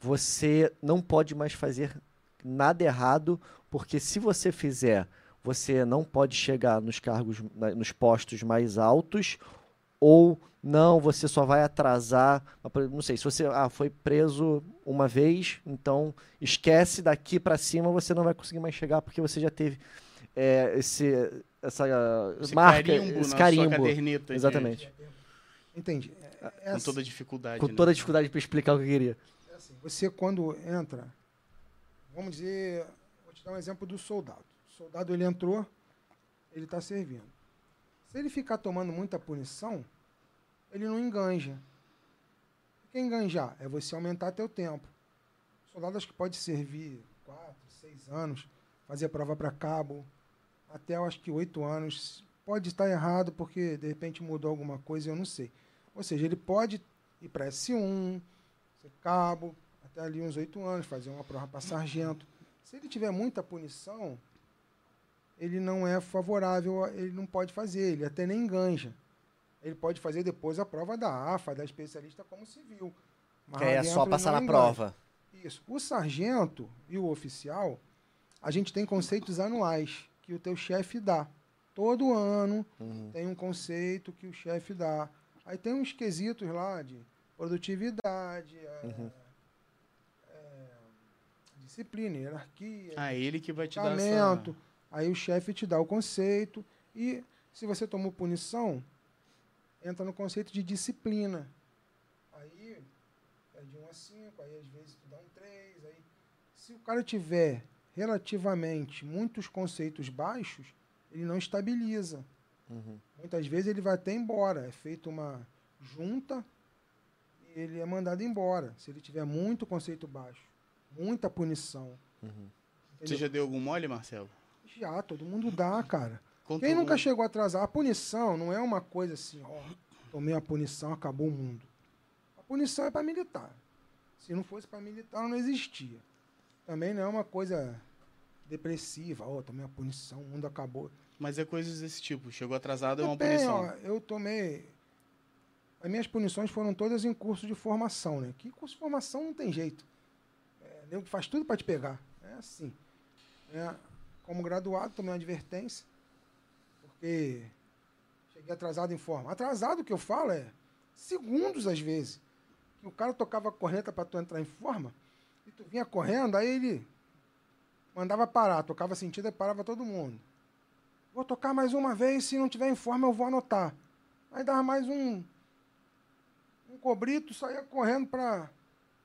A: você não pode mais fazer nada errado, porque se você fizer você não pode chegar nos cargos, na- nos postos mais altos, ou não, você só vai atrasar. Mas, por exemplo, Não sei, se você ah, foi preso uma vez, então esquece daqui pra cima, você não vai conseguir mais chegar porque você já teve é, esse essa ah,
C: Esse
A: marca,
C: carimbo
A: esse
C: na
A: carimbo.
C: sua caderneta. de-
A: Exatamente.
B: Entendi. É- é
C: com
B: assim,
C: toda a dificuldade.
A: Com
C: né?
A: toda a dificuldade pra explicar o que eu queria.
B: é assim, Você, quando entra, vamos dizer. Vou te dar um exemplo do soldado. O soldado ele entrou, ele está servindo. Se ele ficar tomando muita punição, ele não enganja. O que é enganjar? É você aumentar teu tempo. Soldado acho que pode servir 4, 6 anos, fazer prova para cabo, até eu acho que 8 anos. Pode estar errado, porque de repente mudou alguma coisa, eu não sei. Ou seja, ele pode ir para S1, ser cabo, até ali uns 8 anos, fazer uma prova para sargento. Se ele tiver muita punição, ele não é favorável, a- ele não pode fazer, ele até nem enganja. Ele pode fazer depois a prova da AFA, da especialista como civil. Mas
A: Que
B: lá
A: é
B: dentro
A: só
B: ele
A: passar
B: não
A: na
B: enganja.
A: prova.
B: Isso. O sargento e o oficial, a gente tem conceitos anuais que o teu chefe dá. Todo ano tem um conceito que o chefe dá. Aí tem uns quesitos lá de produtividade, é, é, disciplina, hierarquia,
C: Ah, ele que vai te dar essa...
B: tratamento. Aí o chefe te dá o conceito e se você tomou punição, entra no conceito de disciplina. Aí é de 1 a 5, aí às vezes tu dá um 3, aí se o cara tiver relativamente muitos conceitos baixos, ele não estabiliza.
A: Uhum.
B: Muitas vezes ele vai até embora, é feita uma junta e ele é mandado embora, se ele tiver muito conceito baixo, muita punição.
C: Você já deu algum mole, Marcelo?
B: Já, todo mundo dá, cara.
C: Conta
B: Quem
C: algum-
B: nunca chegou atrasado? A punição não é uma coisa assim, ó, tomei a punição, acabou o mundo. A punição é para militar. Se não fosse para militar, ela não existia. Também não é uma coisa depressiva, ó, tomei a punição, o mundo acabou.
C: Mas é coisas desse tipo. Chegou atrasado, é uma
B: Depende,
C: punição.
B: ó, eu tomei. As minhas punições foram todas em curso de formação, né? Que curso de formação não tem jeito. É, nego faz tudo para te pegar. É assim. É, como graduado, tomei uma advertência, porque cheguei atrasado em forma. Atrasado, o que eu falo é segundos às vezes. Que o cara tocava a corneta para tu entrar em forma, e tu vinha correndo, aí ele mandava parar, tocava sentido e parava todo mundo. Vou tocar mais uma vez, se não tiver em forma eu vou anotar. Aí dava mais um um cobrito, saía correndo pra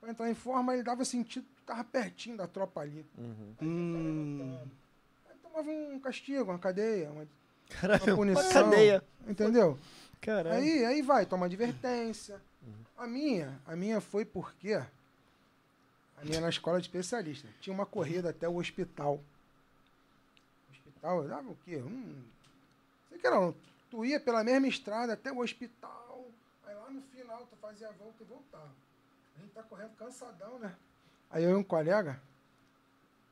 B: Pra entrar em forma, ele dava sentido que tava pertinho da tropa ali.
A: Uhum.
C: Hum.
B: Aí tomava um castigo, uma cadeia, uma,
A: Caralho, uma
B: punição.
A: cadeia.
B: entendeu?
A: Caralho.
B: Aí, aí vai, toma advertência. A minha, a minha foi porque a minha na escola de especialista. Tinha uma corrida até o hospital. Hospital, eu dava o quê? Um, sei que era, um- tu ia pela mesma estrada até o hospital, aí lá no final tu fazia a volta e voltava. A gente tá correndo cansadão, né? Aí eu e um colega,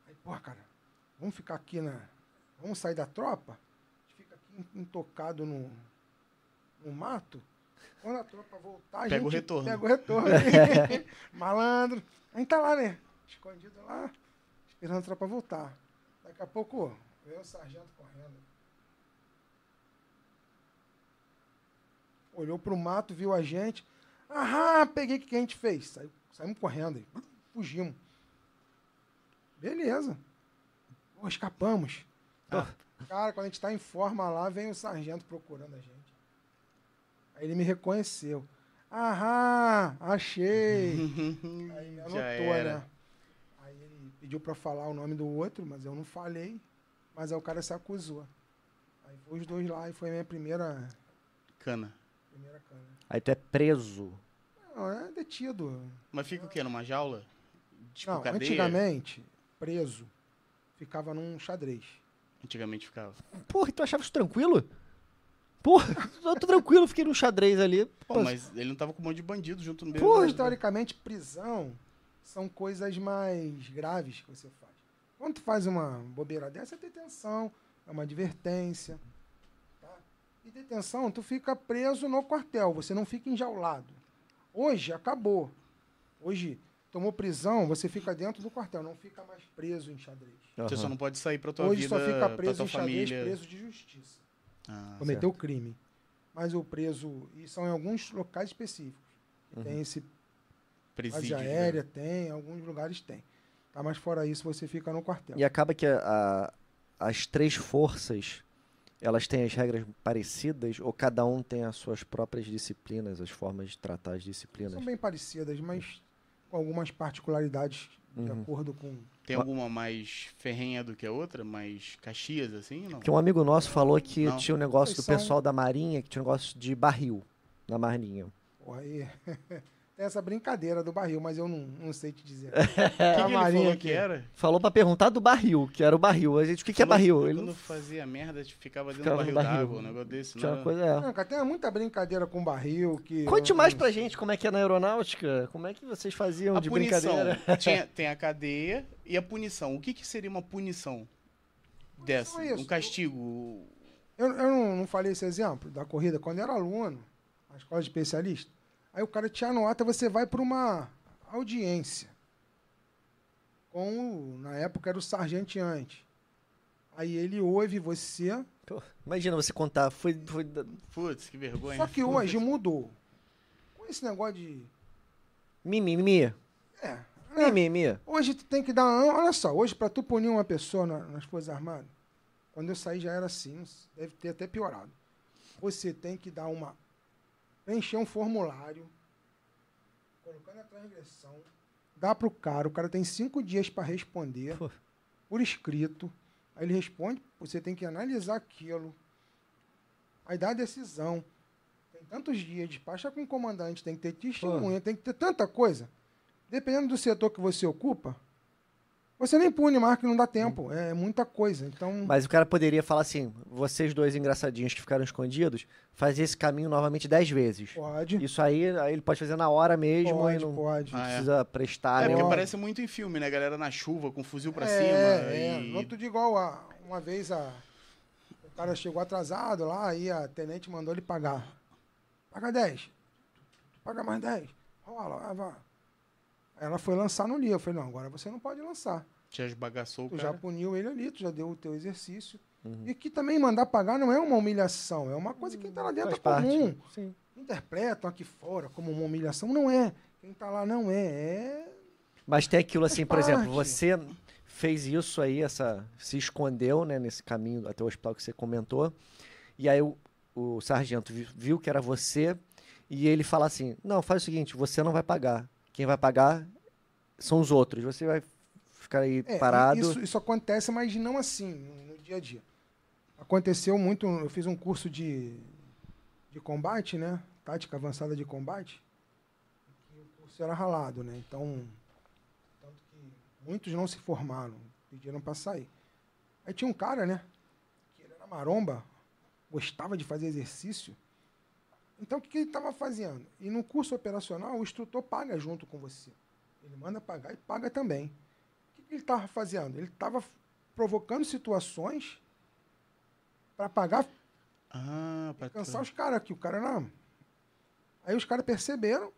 B: aí, porra, cara, vamos ficar aqui na. Vamos sair da tropa? A gente fica aqui intocado no, no mato. Quando a tropa voltar, a
C: Pega o
B: gente
C: retorno.
B: Pega o retorno. Malandro. A gente tá lá, né? Escondido lá, esperando a tropa voltar. Daqui a pouco, veio o sargento correndo. Olhou pro mato, viu a gente. Aham, peguei o que que a gente fez. Saiu- saímos correndo, aí. fugimos. Beleza. Pô, escapamos. Então,
C: Ah.
B: Cara, quando a gente tá em forma lá, vem o sargento procurando a gente. Aí ele me reconheceu. Aham, achei. Aí ele anotou,
C: Uhum. Já era.
B: né? Aí ele pediu pra falar o nome do outro, mas eu não falei. Mas aí o cara se acusou. Aí foi os dois lá e foi a minha primeira,
C: Cana.
B: primeira cana.
A: Aí tu é preso.
B: Não, é detido.
C: Mas fica o quê? Numa jaula? Tipo,
B: não,
C: cadeia?
B: antigamente, preso, ficava num xadrez.
C: Antigamente ficava.
A: Porra, e tu achava isso tranquilo? Porra, eu tô tranquilo, fiquei no xadrez ali.
C: Pô, mas ele não tava com um monte de bandido junto no meio.
B: Porra, tá
C: do-
B: historicamente, prisão são coisas mais graves que você faz. Quando tu faz uma bobeira dessa, é detenção, é uma advertência. tá? E detenção, tu fica preso no quartel, você não fica enjaulado. Hoje, acabou. Hoje, tomou prisão, você fica dentro do quartel, não fica mais preso em xadrez.
C: Você só não pode sair pra tua
B: Hoje
C: vida,
B: só fica
C: pra
B: preso
C: tua
B: em xadrez,
C: família.
B: preso de justiça.
C: Ah,
B: cometeu crime. Mas o preso, e são em alguns locais específicos, que
C: Uhum.
B: tem esse Base
C: presídio.
A: né?
C: né?
B: aérea tem, alguns lugares tem. Tá, mas fora isso, você fica no quartel.
A: E acaba que a- a- as três forças, elas têm as regras parecidas ou cada um tem as suas próprias disciplinas, as formas de tratar as disciplinas?
B: São bem parecidas, mas com algumas particularidades de
A: Uhum.
B: acordo com.
C: Tem alguma mais ferrenha do que a outra? Mais Caxias, assim? Não.
A: Porque um amigo nosso falou que
C: Não.
A: tinha um negócio do
B: Pois são-
A: pessoal da marinha, que tinha um negócio de barril na marinha.
B: Porra, aí. tem essa brincadeira do barril, mas eu não, não sei te dizer.
A: É,
C: O que,
B: A
C: que ele
B: Marinha
C: falou
B: aqui.
C: que era?
A: Falou pra perguntar do barril, que era o barril. A gente, o que, que é
C: Falou
A: barril?
C: Quando
A: Ele não
C: fazia merda, tipo, ficava dentro
A: Ficava
C: do
A: no
C: barril,
A: barril.
C: d'água, um negócio desse.
A: tinha
C: Não,
A: uma coisa.
B: Não, cara, tem muita brincadeira com barril que.
A: é. Conte
B: eu-
A: mais
B: eu-
A: pra gente como é que é na aeronáutica, como é que vocês faziam
C: A
A: de
C: punição.
A: brincadeira.
C: Tinha- tem a cadeia e a punição. O que, que seria uma punição dessa?
B: é isso.
C: Um castigo?
B: Eu, eu não, não falei esse exemplo da corrida. Quando eu era aluno, na escola de especialista, aí o cara te anota, você vai para uma audiência. Com, o- na época era o sargento antes. Aí ele ouve você.
A: Pô, Imagina você contar, foi, foi da-
C: Putz, que vergonha.
B: Só que hoje mudou. Com esse negócio de.
A: mimimi,
B: É.
C: Ah.
B: né?
A: mimimi.
B: Hoje tu tem que dar. Olha só, hoje para tu punir uma pessoa na- nas Forças Armadas, quando eu saí já era assim, deve ter até piorado. Você tem que dar uma. preencher um formulário, colocando a transgressão, dá pro cara, o cara tem cinco dias para responder,
A: Pô.
B: por escrito. Aí ele responde, você tem que analisar aquilo, aí dá a decisão. Tem tantos dias, despacha com o comandante, tem que ter testemunha, tem que ter tanta coisa. Dependendo do setor que você ocupa, você nem pune mais, que não dá tempo. É muita coisa. Então,
A: Hum. Mas o cara poderia falar assim: vocês dois engraçadinhos que ficaram escondidos, fazer esse caminho novamente dez vezes.
B: pode,
A: Isso aí, aí ele pode fazer na hora mesmo e
B: pode,
A: não
B: pode.
C: Ah, é.
A: precisa prestar
C: É, porque
A: nenhuma-
C: parece muito em filme, né? Galera na chuva, com fuzil pra
B: É,
C: cima.
B: É,
C: e-
B: No outro dia, igual a- uma vez a, o cara chegou atrasado lá, aí a tenente mandou ele pagar. Paga 10. Paga mais 10. Rola, vai, vai. Aí Ela foi lançar no livro. Eu falei, não, agora você não pode lançar.
C: Te esbagaçou o
B: Tu
C: cara.
B: já puniu ele ali, tu já deu o teu exercício.
C: Uhum.
B: E que também mandar pagar não é uma humilhação, é uma coisa que quem tá lá dentro é
A: Faz
B: comum.
A: parte. Sim.
B: Interpretam aqui fora como uma humilhação. Não é. Quem tá lá não é. É
A: Mas tem aquilo assim, por
B: parte.
A: exemplo, você fez isso aí, essa se escondeu, né, nesse caminho até o hospital que você comentou. E aí o, o sargento vi- viu que era você e ele fala assim: "Não, faz o seguinte, você não vai pagar. Quem vai pagar são os outros. Você vai ficar aí
B: É,
A: parado.
B: Isso, isso acontece, mas não assim, no no dia a dia. Aconteceu muito, eu fiz um curso de, de combate, né? Tática avançada de combate. E o curso era ralado, né? Então, tanto que muitos não se formaram, pediram para sair. Aí tinha um cara, né? Que ele era maromba, gostava de fazer exercício. Então, o que, que ele estava fazendo? E no curso operacional, o instrutor paga junto com você. Ele manda pagar e paga também. O que, que ele estava fazendo? Ele estava provocando situações para pagar,
C: Ah, pra
B: cansar os caras aqui. O cara não. Aí os caras perceberam.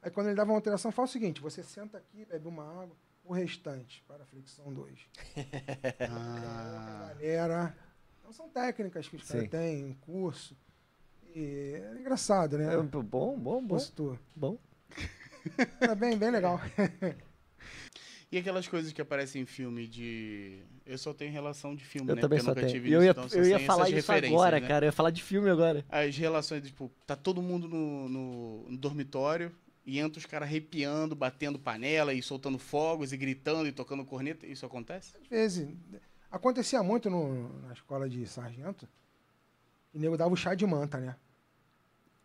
B: Aí quando ele dava uma alteração, fala o seguinte: você senta aqui, bebe uma água, o restante para a flexão 2.
C: Ah,
B: galera. Então são técnicas que os
A: Sim.
B: caras têm, um curso. E é engraçado, né?
A: É, bom, bom, bom,
B: Gostou.
A: bom.
B: Era bem, bem legal.
C: e aquelas coisas que aparecem em filme de. Eu só tenho relação de filme,
A: Eu
C: né?
A: também
C: Porque
A: só
C: eu nunca
A: tenho.
C: tive
A: E eu ia,
C: então só
A: eu ia
C: tenho
A: falar
C: essas
A: isso
C: referências,
A: agora,
C: né?
A: cara. Eu ia falar de filme agora.
C: As relações, tipo, tá todo mundo no, no, no dormitório e entra os caras arrepiando, batendo panela e soltando fogos e gritando e tocando corneta. Isso acontece?
B: Às vezes. Acontecia muito no- na escola de sargento. E nego dava o chá de manta, né?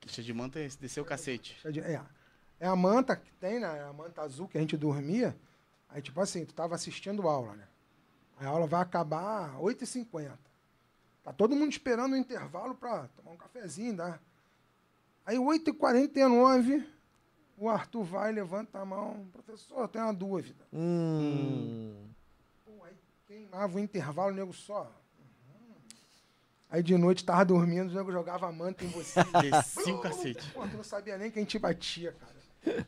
C: Deixa de manta esse- descer o cacete.
B: Chá de- é, é a manta que tem, né? A manta azul que a gente dormia. Aí, tipo assim, tu tava assistindo aula, né? Aí A aula vai acabar às 8h50. Tá todo mundo esperando o intervalo pra tomar um cafezinho, dá. Aí, 8h49, o Arthur vai, levanta a mão. Professor, eu tenho uma dúvida.
A: Hum.
B: Pô, Um, aí queimava o intervalo, o nego só. Uhum. Aí de noite tava dormindo, o nego jogava a manta em você.
C: Desci o cacete.
B: Pô, tu não sabia nem quem te batia, cara.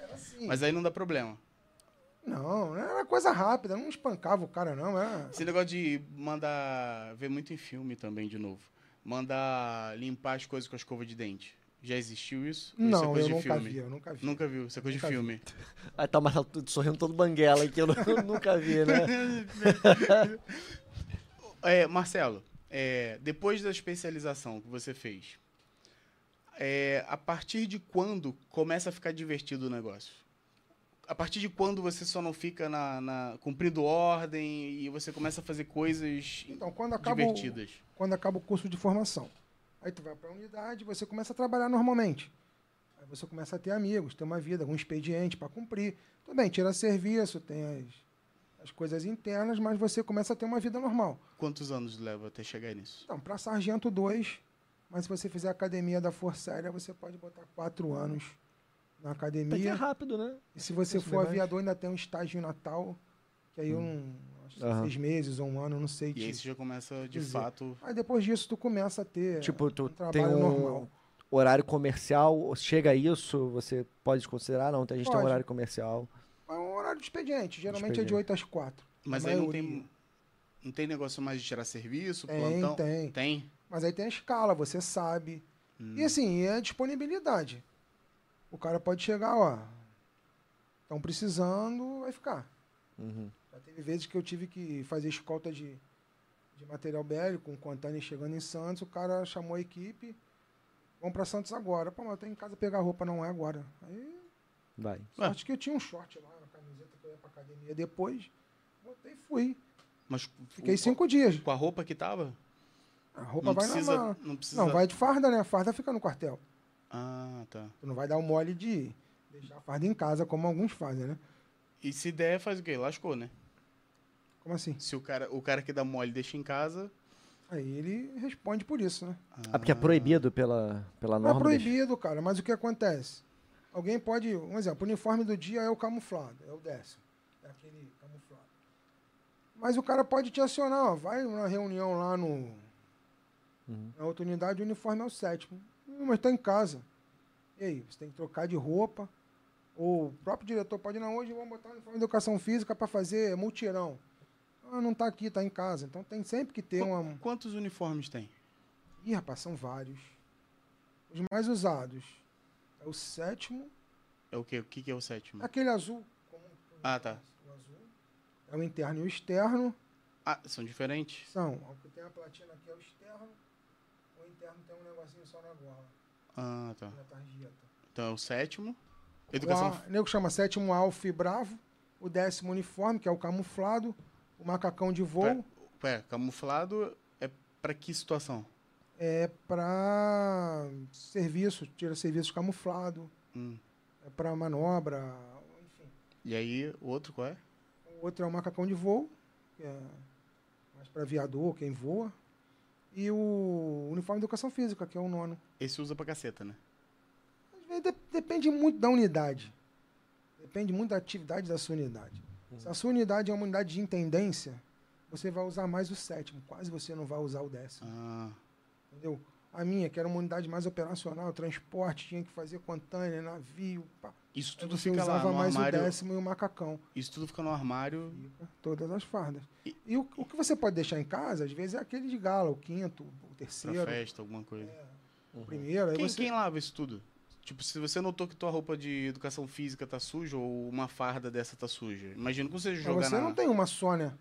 B: Era assim.
C: Mas aí não dá problema.
B: Não, era coisa rápida, não espancava o cara, não. Era...
C: Esse negócio de mandar. ver muito em filme também, de novo. Mandar limpar as coisas com a escova de dente. Já existiu isso? Ou isso é
B: Não,
C: coisa
B: eu
C: de
B: nunca
C: filme?
B: vi, eu nunca vi.
C: Nunca viu, isso é coisa
B: Nunca
C: de
B: vi.
C: filme.
A: Aí tá o Marcelo tudo sorrindo todo banguela que eu nu- nunca vi, né?
C: É, Marcelo, é, depois da especialização que você fez, é, a partir de quando começa a ficar divertido o negócio? A partir de quando você só não fica na, na- cumprindo ordem e você começa a fazer coisas
B: Então, quando acaba, o,
C: divertidas?
B: quando acaba o curso de formação, aí tu vai pra unidade, você começa a trabalhar normalmente. Aí você começa a ter amigos, ter uma vida, algum expediente para cumprir. Tudo bem, tira serviço, tem as, as coisas internas, mas você começa a ter uma vida normal.
C: Quantos anos leva até chegar nisso?
B: Então, para sargento 2, mas se você fizer academia da Força Aérea, você pode botar quatro anos na
A: Tá que é
B: academia.
A: rápido, né?
B: E se você
A: Isso,
B: for
A: verdade.
B: aviador, ainda tem um estágio em natal, que aí eu não. Acho que são
A: Hum. Aham.
B: seis meses ou um ano, não sei.
C: E aí
B: te-
C: você já começa de
B: Quer dizer,
C: fato.
B: Aí depois disso tu começa a ter
A: tipo,
B: um
A: tu tem
B: trabalho
A: um
B: normal.
A: horário comercial, chega a isso, você pode considerar? Não, a gente tem um
B: Pode.
A: horário comercial.
B: É um horário de expediente, geralmente é
A: Expediente.
B: de 8 às 4.
C: Mas
B: a
C: aí não
B: maioria. É, então.
C: tem. Não tem negócio mais de tirar serviço,
B: Tem,
C: plantão?
B: tem.
C: Tem?
B: Mas aí tem a escala, você sabe.
C: Hum.
B: E assim, é a disponibilidade. O cara pode chegar, ó. Estão precisando, vai ficar.
A: Uhum.
B: Já teve vezes que eu tive que fazer escolta de, de material bélico, um container chegando em Santos, o cara chamou a equipe, vamos pra Santos agora. Pô, mas eu tô em casa pegar roupa, não é agora. Aí,
A: Vai.
C: Ué.
B: sorte que eu tinha um short lá, uma camiseta que eu ia pra academia depois, botei e fui.
C: Mas
B: Fiquei
C: o-
B: cinco dias.
C: Com a roupa que tava?
B: A roupa
C: Não
B: vai
C: precisa,
B: na mala.
C: não precisa.
B: Não, vai de farda, né? A farda fica no quartel.
C: Ah, tá.
B: Tu não vai dar o mole de deixar a farda em casa, como alguns fazem, né?
C: E se der, faz o quê? Lascou, né?
B: Como assim?
C: Se o cara, o cara que dá mole deixa em casa.
B: Aí ele responde por isso, né?
A: Ah, porque é proibido pela, pela
B: Não
A: norma.
B: é proibido, cara, mas o que acontece? Alguém pode, um exemplo, o uniforme do dia é o camuflado, é o décimo. É aquele camuflado. Mas o cara pode te acionar, ó, vai numa reunião lá no. Na outra unidade, o uniforme é o sétimo. Hum, Mas tá em casa. E aí, você tem que trocar de roupa. Ou o próprio diretor pode ir na hoje vamos botar o uniforme de educação física para fazer multirão. Ah, não tá aqui, tá em casa. Então tem sempre que ter uma.
C: Qu- Quantos uniformes tem?
B: Ih, rapaz, são vários. Os mais usados. É o sétimo.
C: É o quê? O que, que é o sétimo?
B: Aquele azul. como-
C: Ah, tá.
B: O azul. É o interno e o externo.
C: Ah, são diferentes.
B: São. O que tem a platina aqui é o externo. O interno tem um negocinho só na gola.
C: Ah, tá.
B: Na tarjeta.
C: Então é o sétimo. Educação.
B: O a- nego chama sétimo alfa e bravo, o décimo uniforme, que é o camuflado, o macacão de voo
C: Pera, é, camuflado é pra que situação?
B: é para serviço, tira serviço camuflado,
C: Hum.
B: é para manobra, enfim.
C: E aí, o outro qual é?
B: O outro é o macacão de voo, que é mais para aviador, quem voa. E o uniforme de educação física, que é o nono.
C: Esse usa pra caceta, né?
B: Às vezes de- depende muito da unidade. Depende muito da atividade da sua unidade.
C: Hum.
B: Se a sua unidade é uma unidade de intendência, você vai usar mais o sétimo, quase você não vai usar o décimo.
C: Ah,
B: Entendeu? A minha, que era uma unidade mais operacional, transporte, tinha que fazer contânia, navio. Pá.
C: isso
B: Aí
C: tudo
B: você
C: fica lá
B: usava
C: no
B: mais
C: armário.
B: o décimo e o macacão.
C: Isso tudo fica no armário.
B: Né? Todas as fardas. E, o, o que você pode deixar em casa, às vezes, é aquele de gala, o quinto, o
C: Pra
B: terceiro,
C: festa, alguma coisa.
B: o primeiro. aí
C: Quem,
B: você-
C: quem lava isso tudo? Tipo, se você notou que tua roupa de educação física tá suja ou uma farda dessa tá suja, imagino que você
B: Mas
C: joga
B: você
C: na...
B: não tem uma só, né?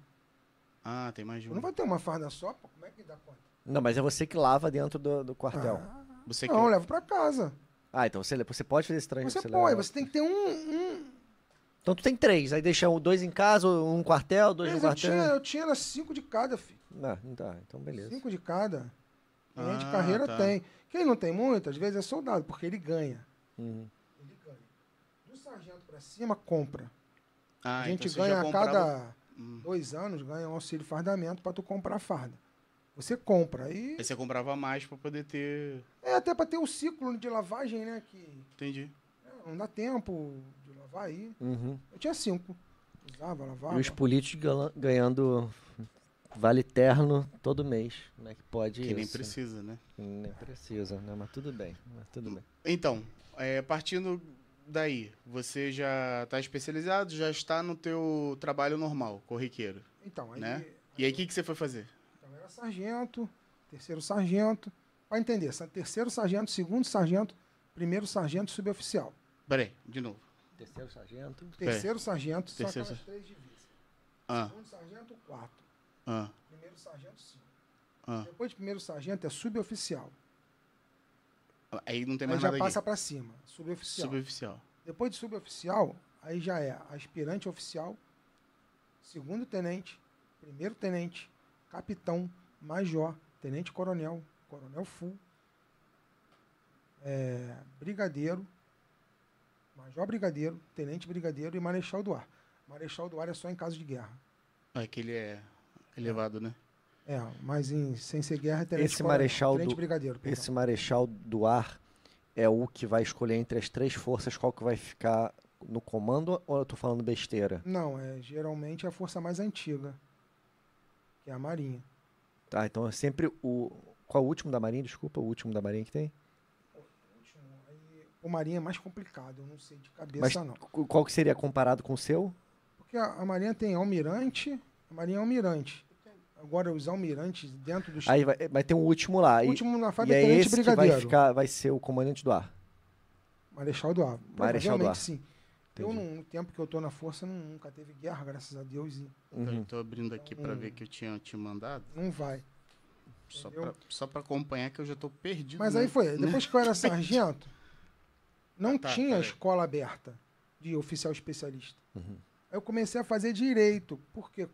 C: Ah, tem mais de
B: Você
C: uma.
B: não vai ter uma farda só, pô. Como é que dá conta?
A: Não, mas é você que lava dentro do, do quartel. Ah,
C: Você
B: não, né? eu
C: que...
B: levo pra casa.
A: então você, você pode fazer esse trânsito.
B: Você pode, você tem que ter um. um...
A: Então tu tem três, aí deixa um- dois em casa, um no quartel, dois no
B: Mas eu, tinha,
A: quartel.
B: eu tinha era cinco de cada, filho.
A: Não, não dá, então beleza.
B: Cinco de cada. Quem é de
C: Ah,
B: carreira
C: tá.
B: tem. Quem não tem muito, às vezes é soldado, porque ele ganha.
A: Uhum.
B: Ele ganha. Do sargento pra cima, compra.
C: Ah,
B: a gente
C: então você já
B: ganha a
C: comprava-
B: cada
C: Hum.
B: dois anos, ganha um auxílio fardamento pra tu comprar a farda. Você compra. E
C: Aí você comprava mais pra poder ter...
B: é até pra ter o ciclo de lavagem, né? Que
C: Entendi.
B: né, não dá tempo de lavar aí.
A: Uhum.
B: Eu tinha cinco. Usava, lavava.
A: E os políticos gala- ganhando vale terno todo mês, né? Que pode
C: Que nem
A: isso.
C: precisa, né?
A: Nem precisa, né? Mas tudo bem, mas tudo bem.
C: Então, é, partindo daí, você já tá especializado, já está no teu trabalho normal, corriqueiro.
B: Então, aí.
C: né? E aí, o que, que você foi fazer?
B: Então era sargento, terceiro sargento. Para entender, sa- terceiro sargento, segundo sargento, primeiro sargento, suboficial.
C: Peraí, de novo.
A: Terceiro sargento.
B: Terceiro sargento, são
C: Terceiro
B: aquelas três divisas.
C: Ah,
B: Segundo sargento, quatro.
C: ah,
B: Primeiro sargento, cinco.
C: ah.
B: Depois de primeiro sargento é suboficial.
C: Aí não tem
B: Aí
C: mais
B: já
C: nada
B: passa
C: aqui.
B: para cima, suboficial.
C: Suboficial.
B: Depois de suboficial, aí já é aspirante oficial, segundo tenente, primeiro tenente, capitão, major, tenente coronel, coronel full, é, brigadeiro, major brigadeiro, tenente brigadeiro e marechal do ar. Marechal do ar é só em caso de guerra.
C: É que ele é elevado, né?
B: É, mas em- sem ser guerra é tenente
A: Esse
B: coronel,
A: marechal
B: tenente
A: do-
B: brigadeiro. perdão.
A: Esse marechal do ar é o que vai escolher entre as três forças qual que vai ficar no comando ou eu tô falando besteira?
B: Não, é geralmente é a força mais antiga, que é a marinha.
A: Tá, então é sempre o. Qual é o último da Marinha? Desculpa, o último da Marinha que tem?
B: último, aí o Marinha é mais complicado, eu não sei de cabeça
A: Mas
B: não.
A: qu- qual que seria comparado com o seu?
B: Porque a, a Marinha tem almirante, a Marinha é almirante. Agora os almirantes dentro dos
A: Aí vai, vai ter um último lá.
B: o
A: e-
B: último na
A: e
B: fada é
A: é
B: tenente
A: esse que vai
B: brigadeiro.
A: ficar, vai ser o comandante do ar.
B: Marechal do ar.
A: Marechal do
B: Provavelmente
A: ar.
B: sim. Eu não- no tempo que eu tô na força não- nunca teve guerra, graças a Deus, e
C: Então,
A: Uhum.
C: eu tô abrindo aqui pra ver que eu tinha te mandado,
B: não vai.
C: só
B: Entendeu?
C: pra, só pra acompanhar que eu já tô perdido.
B: Mas
C: né?
B: aí foi, depois que eu era sargento, não
C: Ah, tá,
B: tinha
C: peraí. Uhum.
B: escola aberta de oficial especialista. Aí eu comecei a fazer direito, porque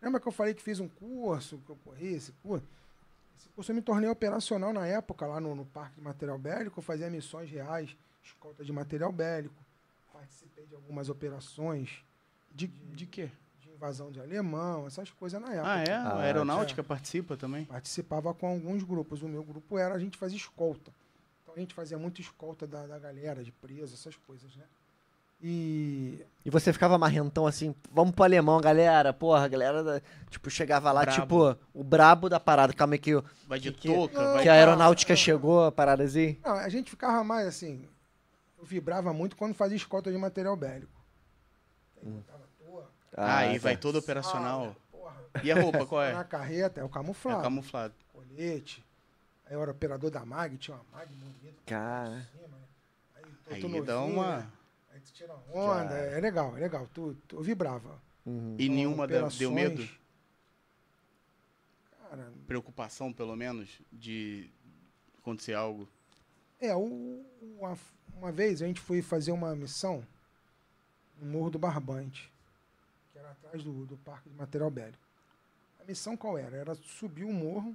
B: lembra que eu falei que fiz um curso, que eu corri esse curso? Esse curso eu me tornei operacional na época, lá no, no Parque de Material Bélico, eu fazia missões reais, escolta de material bélico, participei de algumas operações
C: De, de quê?
B: de invasão de alemão, essas coisas na época.
C: Ah, é? A
A: Ah,
C: aeronáutica participa também?
B: participava com alguns grupos. O meu grupo era, a gente fazia escolta. Então a gente fazia muita escolta da, da galera, de preso, essas coisas, né? E
A: E você ficava marrentão assim, vamos pro alemão, galera. Porra, a galera. da- Tipo, chegava lá,
C: Brabo.
A: tipo, o brabo da parada. Calma aí que, o-
C: Vai de
A: Que que-
C: touca,
B: Não,
C: vai
A: que a aeronáutica
B: ah.
A: chegou, a parada assim.
B: não, a gente ficava mais assim. Eu vibrava muito quando fazia escolta de material bélico. Aí botava toa,
C: Ah, aí
A: tá.
C: vai todo operacional.
B: porra,
C: E a roupa, qual é?
B: na carreta, é o
C: É
B: camuflado,
C: camuflado.
B: colete. Aí eu era operador da MAG, tinha uma MAG bonita
A: Cara.
B: em cima, né? Aí, tu- tu
C: Aí dá
B: novinho,
C: uma.
B: né? Aí tu tira onda,
A: Cara.
B: é legal, é legal. Tu, tu, eu vibrava.
A: Uhum.
C: E
B: com
C: nenhuma da- deu medo?
B: operações. Cara,
C: Preocupação, pelo menos, de acontecer algo.
B: É, o- uma, uma vez a gente foi fazer uma missão no Morro do Barbante, que era atrás do, do Parque de Material Bélico. A missão qual era? Era subir o morro,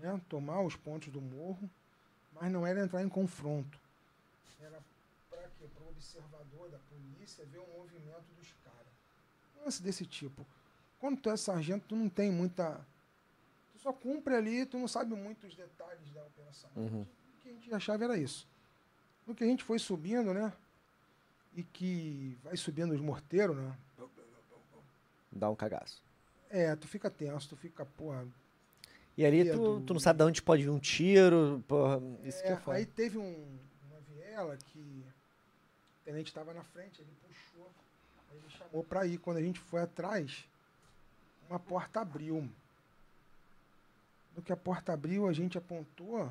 B: né, tomar os pontos do morro, mas não era entrar em confronto. Era para quê? Para o observador da polícia ver o movimento dos caras. Um lance desse tipo. Quando tu é sargento, tu não tem muita... Tu só cumpre ali, tu não sabe muito os detalhes da operação.
A: Uhum.
B: O que a gente achava era isso. No que a gente foi subindo, né? E que vai subindo os morteiros, né?
A: Dá um cagaço.
B: É, tu fica tenso, tu fica, porra.
A: E ali
B: Medo.
A: tu, tu não sabe de onde pode vir um tiro, porra, isso que
B: É,
A: é foda.
B: aí teve um- uma viela que o tenente estava na frente, ele puxou, aí ele chamou pra ir. Quando a gente foi atrás, uma porta abriu. No que a porta abriu, a gente apontou.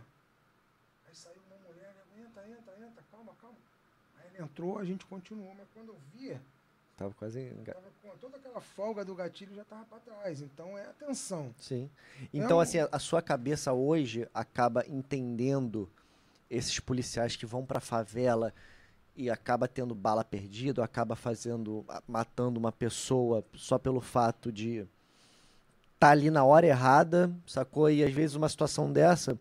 B: Aí saiu uma mulher, entra, entra, entra, calma, calma. Aí ele entrou, a gente continuou, mas quando eu via,
A: Tava quase... enga-
B: Tava com toda aquela folga do gatilho já tava pra trás. Então é atenção.
A: Sim.
B: É
A: Então,
B: um-
A: assim, a, a sua cabeça hoje acaba entendendo esses policiais que vão pra favela e acaba tendo bala perdida, ou acaba fazendo, a- matando uma pessoa só pelo fato de tá ali na hora errada, sacou? E às vezes uma situação dessa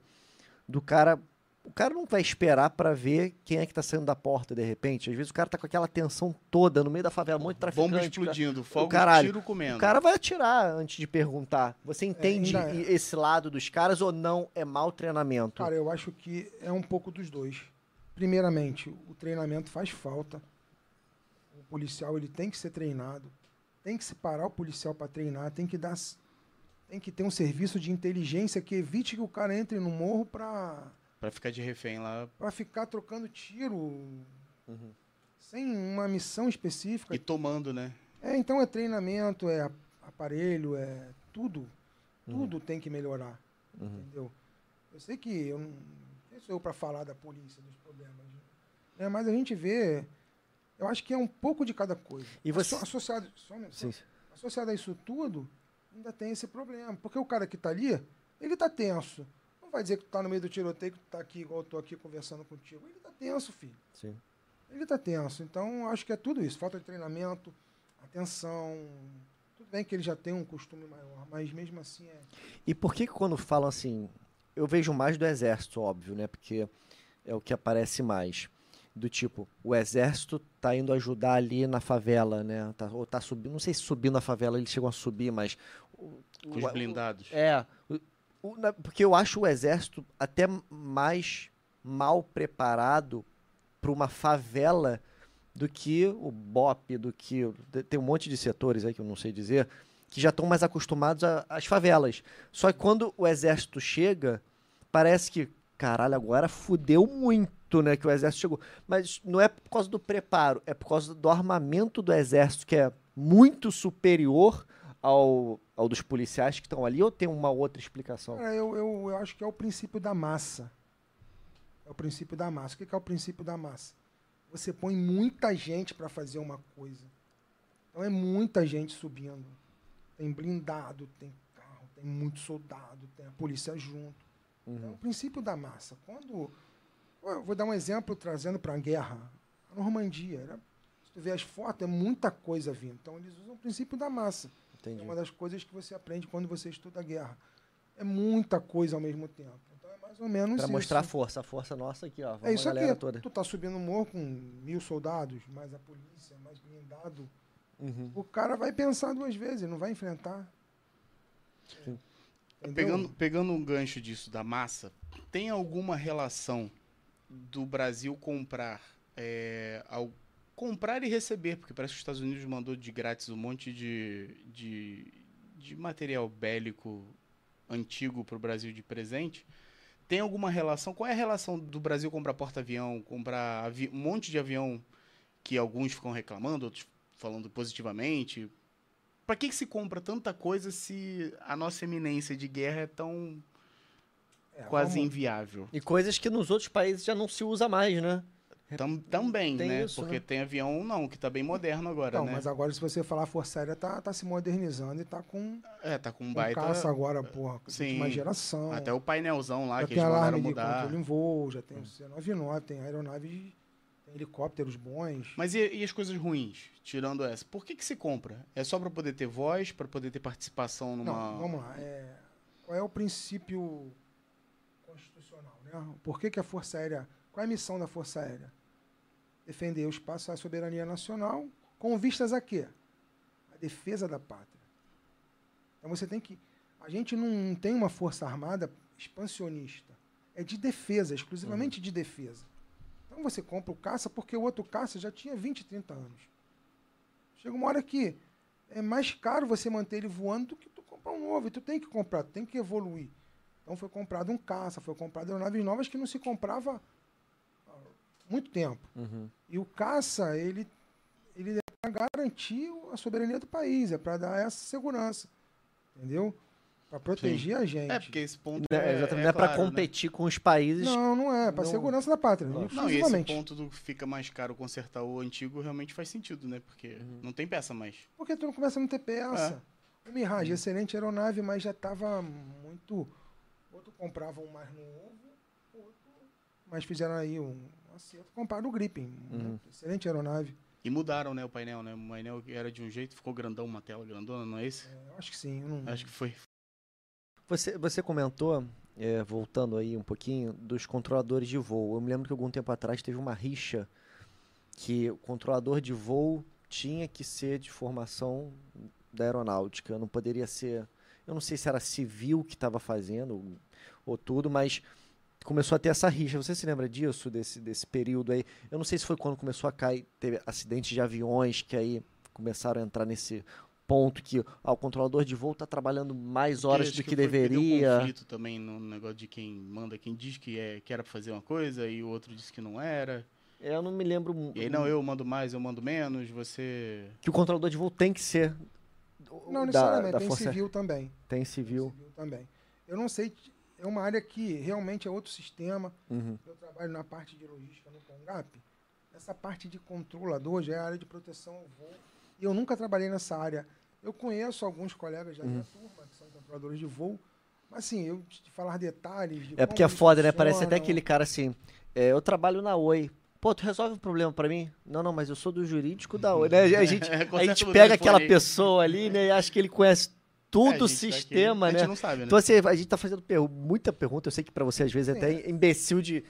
A: do cara, o cara não vai esperar pra ver quem é que tá saindo da porta de repente. Às vezes o cara tá com aquela tensão toda no meio da favela, um monte de traficante,
C: Bomba
A: cara.
C: explodindo, fogo,
A: caralho,
C: tiro comendo.
A: O cara vai atirar antes de perguntar. Você entende
B: ainda é.
A: i- esse lado dos caras ou não é mau treinamento?
B: Cara, eu acho que é um pouco dos dois. Primeiramente, o treinamento faz falta. O policial ele tem que ser treinado. Tem que separar o policial para treinar, tem que dar s- tem que ter um serviço de inteligência que evite que o cara entre no morro pra
C: Pra ficar de refém lá
B: para ficar trocando tiro sem uma missão específica.
C: e tomando, né?
B: É, então é treinamento, é a- aparelho, é tudo.
A: Uhum.
B: Tudo tem que melhorar. Entendeu? Eu sei que eu não quem sou eu para falar da polícia, dos problemas. Né? Mas a gente vê. Eu acho que é um pouco de cada coisa.
A: E você-
B: Asso- Associado, é só um minuto,
A: Sim.
B: associado a isso tudo, ainda tem esse problema. Porque o cara que tá ali, ele tá tenso. Não vai dizer que tu tá no meio do tiroteio, que tu tá aqui igual eu tô aqui conversando contigo. Ele tá tenso, filho.
A: Sim.
B: Ele tá tenso. Então, acho que é tudo isso. Falta de treinamento, atenção. Tudo bem que ele já tem um costume maior, mas mesmo assim é.
A: E por que que quando falam assim, eu vejo mais do exército, óbvio, né? Porque é o que aparece mais. Do tipo, o exército tá indo ajudar ali na favela, né? Tá, ou tá subindo, não sei se subindo na favela, eles chegam a subir, mas o-
C: Com os
A: o-
C: blindados.
A: É. o- o- na- porque eu acho o exército até mais mal preparado para uma favela do que o BOP, do que. de- Tem um monte de setores aí que eu não sei dizer, que já estão mais acostumados a- às favelas. Só que quando o exército chega, parece que, caralho, agora fudeu muito, né? Que o exército chegou. Mas não é por causa do preparo, é por causa do armamento do exército, que é muito superior ao, ao dos policiais que estão ali, ou tem uma outra explicação?
B: Cara, Ah, eu, eu, eu acho que é o princípio da massa. É o princípio da massa. O que que é o princípio da massa? Você põe muita gente para fazer uma coisa. Então é muita gente subindo. Tem blindado, tem carro, tem muito soldado, tem a polícia junto. É o princípio da massa. Quando. Pô, Eu vou dar um exemplo trazendo para a guerra. A Normandia. Era, se tu vê as fotos, é muita coisa vindo. Então eles usam o princípio da massa.
A: Entendi.
B: É uma das coisas que você aprende quando você estuda a guerra. É muita coisa ao mesmo tempo. Então é mais ou menos
A: Pra
B: isso.
A: mostrar a força, a força nossa aqui, ó. Vamos
B: é isso
A: a galera
B: aqui.
A: toda.
B: Tu tá subindo um morro com mil soldados, mais a polícia, mais blindado.
A: Uhum.
B: O cara vai pensar duas vezes, não vai enfrentar.
A: Sim.
B: Entendeu?
C: Pegando, pegando um gancho disso da massa, tem alguma relação do Brasil comprar é, ao comprar e receber? Porque parece que os Estados Unidos mandou de grátis um monte de, de, de material bélico antigo para o Brasil de presente. Tem alguma relação? Qual é a relação do Brasil comprar porta-avião, comprar avi- um monte de avião que alguns ficam reclamando, outros falando positivamente? Pra que, que se compra tanta coisa se a nossa eminência de guerra é tão
B: É,
C: quase
B: vamos-
C: inviável?
A: E coisas que nos outros países já não se usa mais, né?
C: Tam- também,
A: Tem
C: né?
A: isso,
C: Porque
A: né?
C: tem avião não, que tá bem moderno agora,
B: Não,
C: né?
B: mas agora se você falar a Força Aérea tá, tá se modernizando e tá com,
C: É, tá com um
B: com
C: baita.
B: caça agora, porra.
C: Sim.
B: de Última geração.
C: Até o painelzão lá
B: já
C: que
B: tem
C: eles mandaram
B: alarme de
C: mudar. Hum.
B: controle em voo, já tem o C99, tem aeronaves, tem helicópteros bons.
C: Mas e, e as coisas ruins, tirando essa? Por que que se compra? É só pra poder ter voz, pra poder ter participação numa.
B: Não, vamos lá. é, qual é o princípio constitucional? Né? Por que, que a Força Aérea. Qual é a missão da Força Aérea? Defender o espaço e a soberania nacional com vistas a quê? A defesa da pátria. Então você tem que. A gente não tem uma Força Armada expansionista. É de defesa, exclusivamente de defesa. Então você compra o caça porque o outro caça já tinha 20, 30 anos. Chega uma hora que é mais caro você manter ele voando do que tu comprar um novo. E tu tem que comprar, tu tem que evoluir. Então foi comprado um caça, foi comprado aeronaves novas que não se comprava há muito tempo.
A: Uhum.
B: E o caça, ele, ele é para garantir o- a soberania do país, é para dar essa segurança. Entendeu? Para proteger a gente.
C: É, porque esse ponto.
A: Não,
C: é,
A: exatamente,
C: é
A: não é pra
C: claro, né?
A: competir com os países.
B: Não, não é, para
A: Não.
B: segurança da pátria,
A: Não, e
C: Não, e esse
B: exclusivamente.
C: ponto do que fica mais caro consertar o antigo realmente faz sentido, né? Porque não tem peça mais.
B: Porque tu não começa a não ter peça.
A: É.
B: O
A: Hum.
B: Mirage, excelente aeronave, mas já estava muito. Ou tu comprava um mais novo, ou tu... mas fizeram aí um acerto, compraram o Gripen.
A: Hum.
B: muito Excelente aeronave.
C: E mudaram, né, o painel, né? O painel que era de um jeito, ficou grandão, uma tela grandona, não é esse?
B: Eu acho que sim. eu
A: É.
B: não-
C: Acho que foi.
A: Você, você comentou, é, voltando aí um pouquinho, dos controladores de voo. Eu me lembro que algum tempo atrás teve uma rixa que o controlador de voo tinha que ser de formação da aeronáutica. Não poderia ser. Eu não sei se era civil que estava fazendo ou tudo, mas começou a ter essa rixa. Você se lembra disso, desse, desse período aí? Eu não sei se foi quando começou a cair, teve acidentes de aviões que aí começaram a entrar nesse ponto que ah, o controlador de voo está trabalhando mais horas
C: acho
A: do que,
C: foi- teve um
A: deveria.
C: conflito também no negócio de quem manda, quem diz que, é, que era pra fazer uma coisa e o outro disse que não era.
A: É, Eu não me lembro mu-
C: E aí, não, eu mando mais, eu mando menos, você.
A: que o controlador de voo tem que ser do-
B: Não,
A: da,
B: necessariamente,
A: da
B: tem
A: força
B: civil também.
A: tem
B: Tem
A: civil.
B: civil também. Eu não sei, é uma área que realmente é outro sistema.
A: Uhum.
B: Eu trabalho na parte de logística no Congap. Essa parte de controlador já é a área de proteção ao voo. E eu nunca trabalhei nessa área. Eu conheço alguns colegas da
A: Uhum.
B: minha turma que são controladores de voo. Mas assim, eu te falar detalhes de
A: É porque é
B: como eles
A: foda, né? Parece até
B: funcionam,
A: aquele cara assim, é, eu trabalho na Oi. Pô, tu resolve o problema pra mim? Não, não, mas eu sou do jurídico da Oi. Né? A gente, a
C: Conserta
A: gente
C: o
A: pega
C: telefone
A: aquela
C: aí.
A: pessoa ali, né? E acha que ele conhece
C: É, a
A: tudo
C: gente
A: o
C: tá
A: sistema,
C: aqui, A
A: né?
C: gente não sabe, né?
A: Então, assim, a gente tá fazendo per- muita pergunta. Eu sei que pra você, às vezes, é até imbecil de.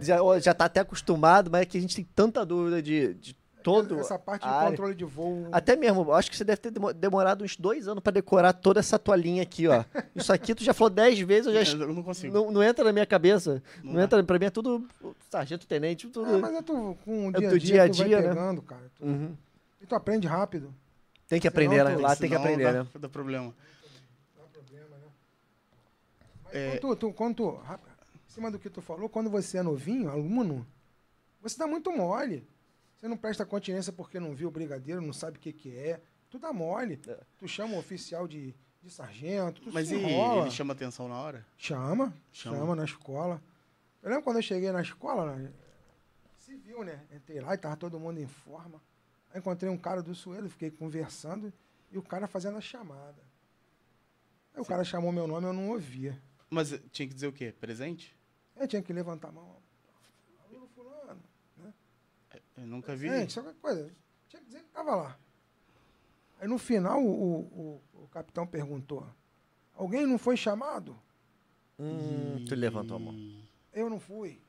A: Já, já tá até acostumado, mas é que a gente tem tanta dúvida de, de todo.
B: Essa parte
A: a
B: de
A: área.
B: controle de voo.
A: Até mesmo, eu acho que você deve ter demo- demorado uns dois anos pra decorar toda essa tua linha aqui, ó. Isso aqui tu já falou dez vezes, eu já. es-
C: Eu não consigo.
A: É, Não, não entra na minha cabeça.
C: Não
A: Não,
C: dá.
A: entra. Pra mim é tudo sargento, tenente, tudo.
B: Ah, mas eu tô com o
A: É
B: dia a
A: do
B: dia,
A: dia a
B: tu vai
A: dia, né?
B: pegando, cara. Tu-
A: Uhum.
B: E tu aprende rápido.
A: Tem que aprender, né?
B: tu-
A: Lá tem que
C: Senão
A: aprender,
C: dá,
A: né?
C: Dá problema.
B: Dá problema, né? Mas
C: É.
B: quando tu, tu- quando tu- rap- em cima do que tu falou, quando você é novinho, aluno, você dá muito mole. Você não presta continência porque não viu o brigadeiro, não sabe o que, que é. Tu dá mole.
A: É.
B: Tu chama o oficial de, de sargento, tu
C: Mas
B: se
C: e
B: enrola.
C: ele chama atenção na hora?
B: Chama,
C: Chama.
B: chama, na escola. Eu lembro quando eu cheguei na escola, né, civil, né? Entrei lá e tava todo mundo em forma. Aí encontrei um cara do Suelo, fiquei conversando e o cara fazendo a chamada. Aí o cara chamou meu nome, eu não ouvia.
C: Mas eh, tinha que dizer o quê? Presente?
B: Eu É, tinha que levantar a mão. Aluno fulano.
C: Eu nunca vi.
A: É, tipo,
B: Gente, só que coisa. Tinha que dizer que tava lá. Aí no final o, o- o- o capitão perguntou: Alguém não foi chamado?
A: Hum, tu levantou a mão.
B: Eu não fui.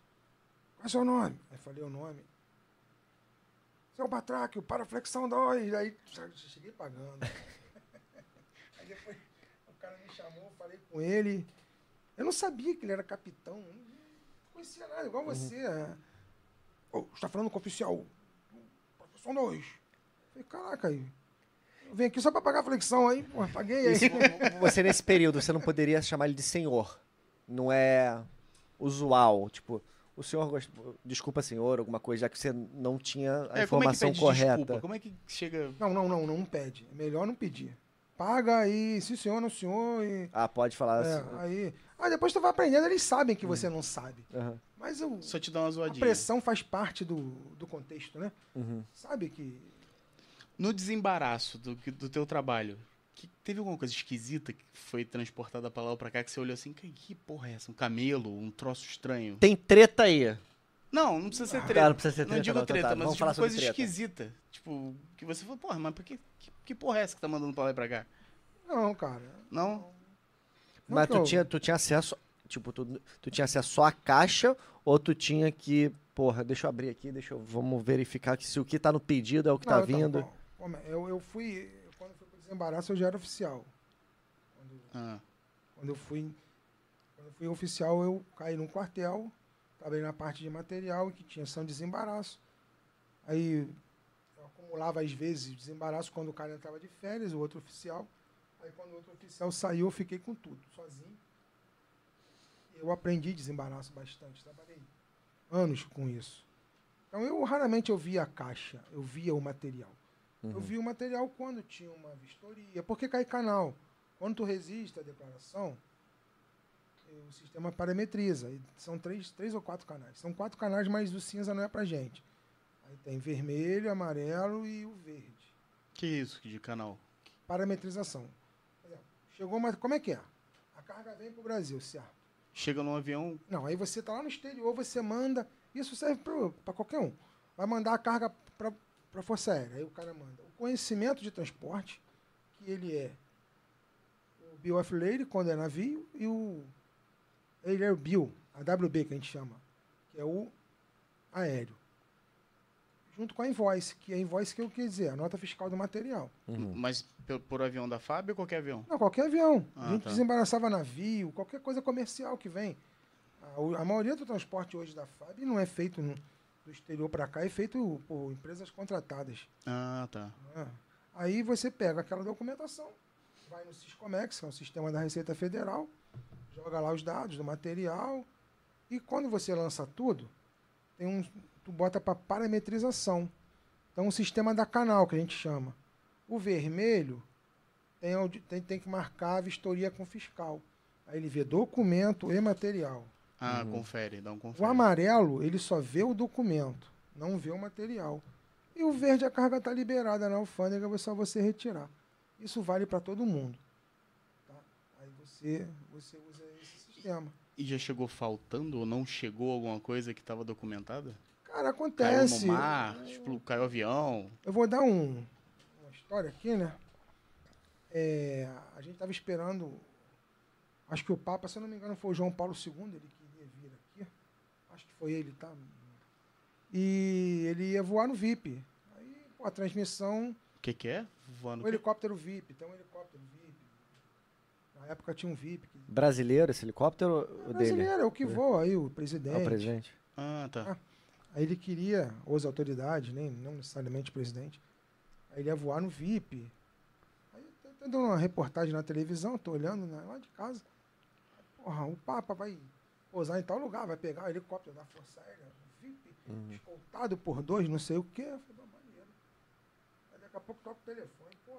B: Qual é seu nome? Aí falei o nome. é Seu Batráquio, paraflexão 2. Aí já cheguei pagando. Aí depois o cara me chamou, falei com ele. Eu não sabia que ele era capitão. Não conhecia nada, igual você. é. Ô, você tá falando com o oficial. Paraflexão 2. Falei, caraca, aí. Eu vim aqui só pra pagar a flexão aí, porra, paguei aí.
A: Você, nesse período, você não poderia chamar ele de senhor. Não é usual. Tipo, o senhor gosta. Desculpa, senhor, alguma coisa, já que você não tinha a
C: É, como é que
A: informação
C: pede
A: correta.
C: desculpa? Como é que chega.
B: Não, não, não, não pede. É melhor não pedir. paga aí, sim senhor, não senhor. E,
A: Ah, Uhum. pode falar
B: é,
A: assim.
B: aí. Ah, depois tu vai aprendendo, eles sabem que você não sabe.
A: Aham,
B: Mas o,
C: Só te dá uma
B: a
C: zoadinha.
B: pressão faz parte do, do contexto, né?
A: uhum.
B: Sabe que.
C: No desembaraço do, que- do teu trabalho, que- teve alguma coisa esquisita que foi transportada pra lá ou pra cá que você olhou assim, que, que porra é essa? Um camelo? Um troço estranho?
A: Tem treta aí.
C: Não, não precisa ser treta.
A: Ah, Cara, não precisa ser treta.
C: não digo
A: então tá,
C: treta, mas
A: Vamos
C: tipo,
A: falar sobre
C: coisa
A: treta.
C: esquisita. Tipo, que você falou, porra, mas por que, que, que porra é essa que tá mandando pra lá e pra cá?
B: Não, cara.
C: Não?
B: Não
A: Mas
B: que
A: tu
B: eu-
A: tinha, tu tinha acesso, tipo, tu, tu tinha acesso só à caixa ou tu tinha que, porra, deixa eu abrir aqui, deixa eu, vamos verificar que se o que tá no pedido é o que tá
B: Não, então,
A: vindo.
B: bom, como é, eu, eu fui. Quando eu fui pro desembaraço, eu já era oficial. Quando,
C: Ah,
B: quando eu fui. Quando eu fui oficial, eu caí num quartel, trabalhei na parte de material, que tinha ação de desembaraço. Aí eu acumulava, às vezes, desembaraço quando o cara entrava de férias, o outro oficial. Aí quando o outro oficial saiu, eu fiquei com tudo, sozinho. Eu aprendi desembaraço bastante, trabalhei anos com isso. Então eu raramente eu via a caixa, eu via o material. Eu via o material quando tinha uma vistoria, porque cai canal. Quando tu resiste à declaração, eh, o sistema parametriza. E são três, três ou quatro canais. São quatro canais, mas o cinza não é pra gente. Aí tem vermelho, amarelo e o verde.
C: que isso de canal?
B: Parametrização. Por exemplo, Chegou, mas como é que é? A carga vem pro Brasil, certo?
C: Chega num avião,
B: Não, aí você tá lá no exterior, você manda. Isso serve para qualquer um. Vai mandar a carga para a Força Aérea. Aí o cara manda. O conhecimento de transporte, que ele é o Bill F. Lady, quando é navio, e o. Ele é o Bill, a WB que a gente chama, que é o aéreo. Junto com a invoice, que a invoice que eu quis dizer, a nota fiscal do material.
A: Uhum.
C: mas pe- por avião da FAB ou qualquer avião?
B: Não, qualquer avião.
C: Ah,
B: a gente
C: tá.
B: desembaraçava navio, qualquer coisa comercial que vem. A, o- a maioria do transporte hoje da FAB não é feito no- do exterior para cá, é feito por empresas contratadas.
C: Ah, tá.
B: né? Aí você pega aquela documentação, vai no Siscomex, que é um sistema da Receita Federal, joga lá os dados do material, e quando você lança tudo, tem um, tu bota para parametrização. Então, o sistema da canal, que a gente chama. O vermelho tem, audi- tem, tem que marcar a vistoria com o fiscal. Aí ele vê documento e material.
C: Ah,
A: Uhum.
C: confere, dá um confere.
B: O amarelo, ele só vê o documento, não vê o material. E o verde, a carga está liberada na alfândega, é só você retirar. Isso vale para todo mundo. tá? Aí você, você usa esse sistema.
C: E já chegou faltando ou não chegou alguma coisa que estava documentada?
B: Cara,
C: Caiu
B: acontece.
C: no mar, explo- caiu avião.
B: Eu vou dar um, uma história aqui, né? É, a gente estava esperando, acho que o Papa, se eu não me engano, foi o João Paulo II, ele queria vir aqui. Acho que foi ele, tá? E ele ia voar no VIP. Aí, pô, a transmissão,
C: O que, que é? Voando.
B: o
C: o quê?
B: helicóptero VIP, tem um helicóptero VIP. Na época tinha um VIP. Que...
A: Brasileiro esse helicóptero ou dele?
B: Brasileiro, é o que voa aí, o presidente.
A: É o presidente.
C: Ah, tá.
B: Aí ele queria, ou as autoridades, nem não necessariamente o presidente, aí ele ia voar no VIP. Aí eu tô tendo uma reportagem na televisão, tô olhando né, lá de casa. Porra, o Papa vai pousar em tal lugar, vai pegar o helicóptero da Força Aérea, o VIP, escoltado por dois, não sei o quê. Eu falei, "Pô, maneiro. Aí daqui a pouco toca o telefone, pô.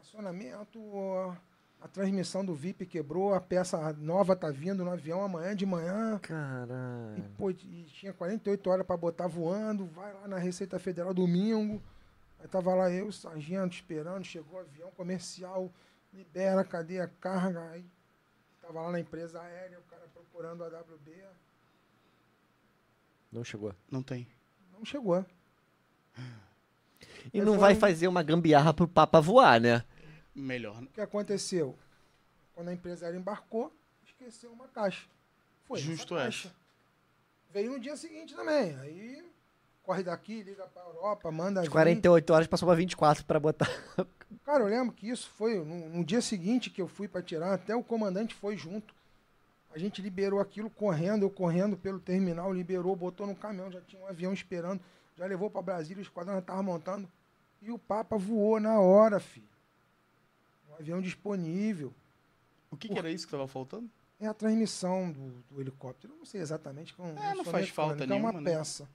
B: Acionamento, ó, a transmissão do VIP quebrou, a peça nova tá vindo no avião amanhã de manhã.
C: É.
B: E,
A: Caralho.
B: pô, e tinha 48 horas para botar voando, vai lá na Receita Federal domingo. Aí tava lá eu, sargento, esperando, chegou o avião comercial, libera, cadê a carga? Aí tava lá na empresa aérea, o cara procurando a WB,
A: Não chegou.
C: Não tem.
B: não chegou.
A: E
B: Aí
A: não
B: foi
A: vai
B: um-
A: fazer uma gambiarra pro Papa voar, né?
C: Melhor. né?
B: O que aconteceu? Quando a empresa aérea embarcou, esqueceu uma caixa. Foi.
C: Justo
B: essa.
C: essa.
B: caixa. Veio no dia seguinte também. Aí corre daqui, liga pra Europa, manda
A: De
B: vir.
A: 48 horas passou pra 24 pra botar.
B: Cara, eu lembro que isso foi no, no dia seguinte que eu fui para tirar, até o comandante foi junto. A gente liberou aquilo correndo, eu correndo pelo terminal, liberou, botou no caminhão, já tinha um avião esperando, já levou para Brasília, o esquadrão já tava montando. E o Papa voou na hora, filho. Um avião disponível.
C: O que, que era isso que tava faltando?
B: É a transmissão do, do helicóptero. Eu não sei exatamente como.
C: É, não
B: sou
C: faz
B: mecânico,
C: falta
B: É uma
C: nenhuma, né?
B: peça.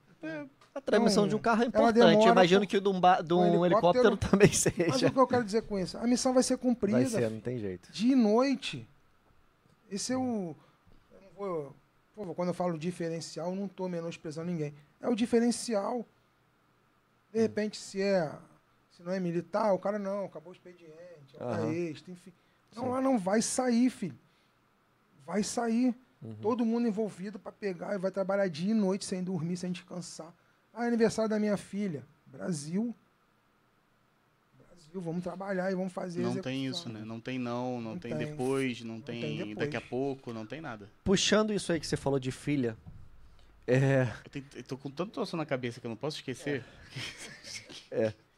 A: A transmissão
B: Então,
A: de um carro é
B: ela
A: importante.
B: demora
A: Eu imagino
B: por-
A: que o de um, ba- de um
B: um
A: helicóptero,
B: helicóptero- um
A: também
B: Mas o
A: seja.
B: que eu quero dizer com isso? A missão vai ser cumprida.
A: Vai ser, né?
B: filho.
A: não tem jeito.
B: de noite. Esse é o. Eu não vou, pô, quando eu falo diferencial, eu não estou menosprezando ninguém. É o diferencial.
C: Hum.
B: De repente, se é. Se não é militar, o cara não, acabou o expediente, é hora
A: Aham.
B: extra, enfim. Não,
A: Sim.
B: lá não vai sair, filho. Vai sair.
A: Uhum.
B: Todo mundo envolvido para pegar e vai trabalhar dia e noite sem dormir, sem descansar. Ah, é aniversário da minha filha. Brasil. Brasil, vamos trabalhar e vamos fazer
C: Não
B: execução.
C: tem isso, né? Não tem não, não,
B: é Não
C: tem,
B: tem.
C: depois, não, tem,
B: tem depois.
C: daqui a pouco, não tem nada.
A: Puxando isso aí que você falou de filha, é,
C: Eu, tenho- eu tô com tanto troço na cabeça que eu não posso esquecer.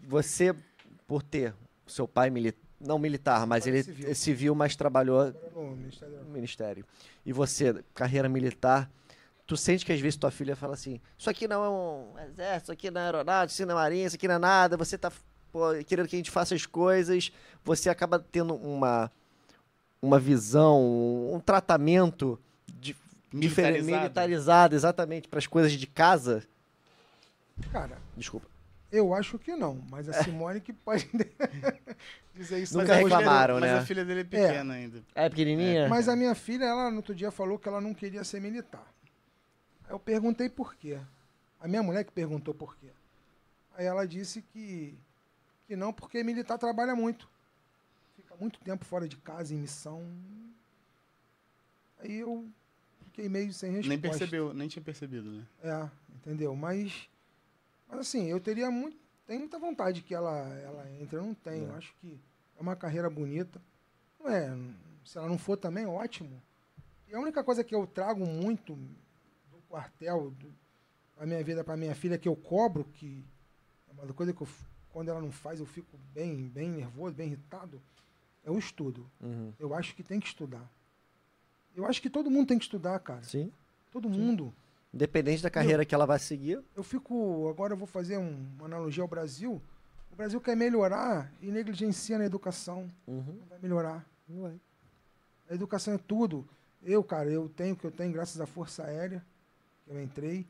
A: você, por ter seu pai militar, não militar, mas
B: Pai
A: ele é
B: civil.
A: civil. mas trabalhou
B: No Ministério da
A: no ministério, e você, carreira militar, tu sente que às vezes tua filha fala assim, isso aqui não é um exército, isso aqui não é aeronáutica, isso aqui não é marinha, isso aqui não é nada, você tá pô, querendo que a gente faça as coisas, você acaba tendo uma, uma visão, um tratamento de,
B: É.
A: diferente,
C: Militarizado.
A: militarizado, exatamente, para as coisas de casa.
B: Cara,
A: Desculpa.
B: eu acho que não, mas a Simone que pode dizer isso. é
A: Nunca
C: a
B: pra
C: filha-
B: você.
A: reclamaram, né?
C: Mas a filha dele é pequena ainda.
A: É pequenininha?
B: Mas a minha filha, ela no outro dia falou que ela não queria ser militar. Aí eu perguntei por quê. A minha mulher que perguntou por quê. Aí ela disse que, que não, porque militar trabalha muito. Fica muito tempo fora de casa, em missão. Aí eu fiquei meio sem resposta.
C: Nem percebeu, nem tinha percebido, né?
B: É, entendeu? Mas, mas assim, eu teria muito, tenho muita vontade que ela, ela entre. Eu não
A: É.
B: tenho. Eu acho que é uma carreira bonita. Não é, se ela não for também, ótimo. E a única coisa que eu trago muito do quartel, do- da minha vida para minha filha, que eu cobro, que é uma coisa que eu, f- quando ela não faz, eu fico bem, bem nervoso, bem irritado, é o estudo.
A: Uhum.
B: Eu acho que tem que estudar. Eu acho que todo mundo tem que estudar, cara.
A: Sim.
B: Todo mundo.
A: Independente da carreira que ela vai seguir.
B: Eu fico. Agora eu vou fazer um- uma analogia ao Brasil. O Brasil quer melhorar e negligencia na educação.
A: Uhum.
B: Não vai melhorar.
A: Não vai.
B: A educação é tudo. Eu, cara, eu tenho o que eu tenho graças à Força Aérea, que eu entrei.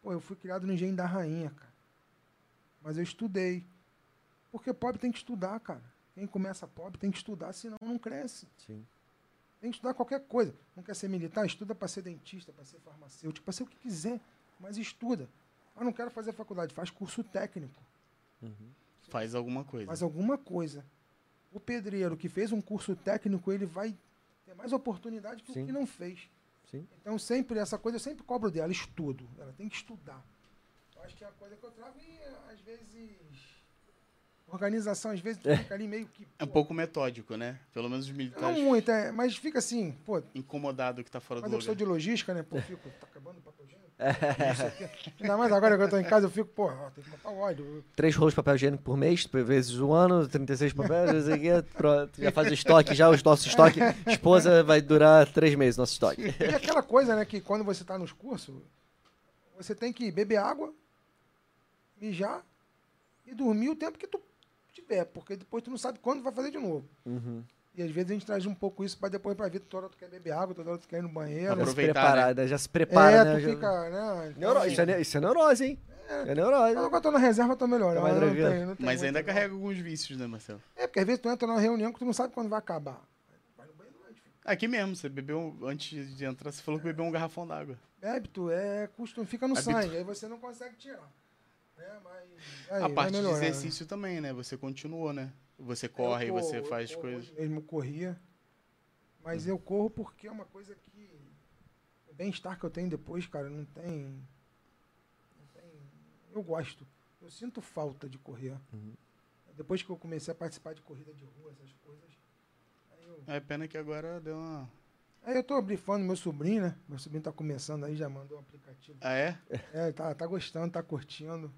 B: Pô, eu fui criado no engenho da rainha, cara. Mas eu estudei. Porque pobre tem que estudar, cara. Quem começa pobre tem que estudar, senão não cresce.
A: Sim.
B: Tem que estudar qualquer coisa. Não quer ser militar? Estuda para ser dentista, para ser farmacêutico, para ser o que quiser. Mas estuda. Ah, não quero fazer faculdade. Faz curso técnico.
C: Faz alguma coisa.
B: Faz alguma coisa. O pedreiro que fez um curso técnico, ele vai ter mais oportunidade que
A: Sim.
B: o que não fez.
A: Sim.
B: Então, sempre essa coisa, eu sempre cobro dela. Estudo. Ela tem que estudar. Eu acho que é a coisa que eu trago e, às vezes... Organização, às vezes, fica ali meio que...
C: É um pouco metódico, né? Pelo menos os
B: Não
C: militares
B: muito, é, mas fica assim, pô,
C: incomodado que tá fora
B: Mas
C: do
B: eu que sou
C: lugar.
B: de logística, né? Pô, fico, tá acabando o papelzinho?
A: É.
B: Ainda mais agora que eu tô em casa, eu fico, pô, ó, tem que botar o óleo.
A: Três rolos de papel higiênico por mês, por vezes um ano, 36 papéis, não sei o quê, pronto. Já faz o estoque, já o nosso estoque. Esposa vai durar três meses, nosso estoque.
B: E aquela coisa, né, que quando você tá nos cursos, você tem que beber água, mijar e dormir o tempo que tu tiver, porque depois tu não sabe quando vai fazer de novo.
A: Uhum.
B: E às vezes a gente traz um pouco isso pra depois pra vida, toda hora tu quer beber água, toda hora tu quer ir no banheiro.
A: Já se
C: Aproveitar,
A: preparar, né? já se prepara,
B: é,
A: né?
B: tu
A: Já-
B: fica, né? então,
A: Neuro- Isso, é, ne- isso é neurose, hein? É
B: Mas
A: neurose.
B: Agora eu tô na reserva, eu tô melhor.
A: Tá mais
B: eu não
A: tranquilo.
B: tenho- não tenho
C: Mas
B: muito,
C: ainda
B: não.
C: carrega alguns vícios, né, Marcelo?
B: É, porque às vezes tu entra numa reunião que tu não sabe quando vai acabar. Vai no banheiro, vai, filho.
C: Aqui mesmo, você bebeu, um, antes de entrar, você falou que bebeu um garrafão d'água.
B: Bebe, tu é custo, fica no
C: Habitu-
B: sangue, aí você não consegue tirar. Né? Mas, aí,
C: A
B: vai
C: parte de
B: melhorando.
C: exercício também, né? Você continuou, né? Você
B: Eu
C: corre,
B: corro,
C: você
B: eu
C: faz
B: corro
C: coisas. Hum.
B: hoje mesmo eu corria, mas eu corro porque é uma coisa que. O bem-estar que eu tenho depois, cara, não tem. Não tem eu gosto. Eu sinto falta de correr.
C: Uhum.
B: Depois que eu comecei a participar de corrida de rua, essas coisas. Aí eu
C: É pena que agora deu uma.
B: Aí É, eu tô brifando meu sobrinho, né? Meu sobrinho tá começando aí, já mandou um aplicativo.
C: Ah, é?
B: É, tá, tá gostando, tá curtindo.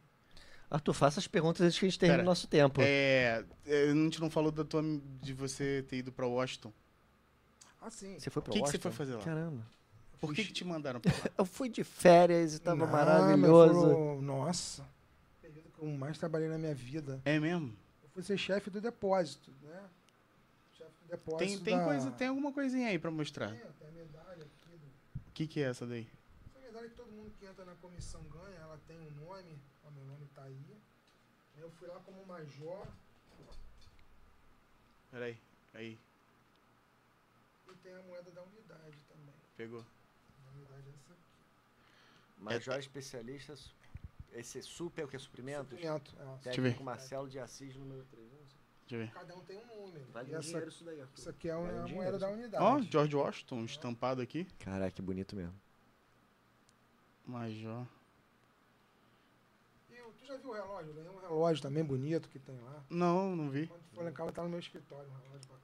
A: Arthur, faça as perguntas antes que a gente termine o
C: Pera.
A: nosso tempo.
C: É. é, A gente não falou da tua, de você ter ido pra Washington. Ah,
B: Assim.
A: Você foi pra
C: O que que você
A: Washington?
C: foi fazer lá?
A: Caramba.
C: Por que, que te mandaram pra lá?
A: Eu fui de férias e tava
B: Não,
A: tá maravilhoso.
B: mas foram- nossa, o período que eu mais trabalhei na minha vida.
C: É mesmo?
B: Eu fui ser chefe do depósito, né? Chefe do depósito.
C: Tem, tem,
B: da-
C: coisa, tem alguma coisinha aí pra mostrar.
B: Tem, tem medalha aqui do.
C: O que, que é essa daí?
B: Essa medalha que todo mundo que entra na comissão ganha, ela tem um nome, ó, meu nome tá aí. Aí Eu fui lá como major
C: Peraí, aí,
B: e tem a moeda da unidade também.
C: pegou.
B: A unidade é essa aqui.
A: Major especialista, su- esse é super, o que é suprimentos?
B: Suprimento, é.
C: Deixa eu ver.
A: Técnico Marcelo de Assis, número 3.
C: Deixa eu ver.
B: Cada um tem um número.
A: Vale
B: E
A: um
B: essa,
A: dinheiro isso daí,
B: isso
A: Arthur.
B: aqui é a
A: Vale um
B: a
A: dinheiro,
B: moeda da
A: isso.
B: unidade.
C: Ó, George Washington estampado aqui.
A: Caraca, que bonito mesmo.
C: Major.
B: E o- tu já viu o relógio? Eu ganhei um relógio também bonito que tem lá.
C: Não, não vi.
B: Quando tu for lá em casa, tá no meu escritório, um relógio bacana.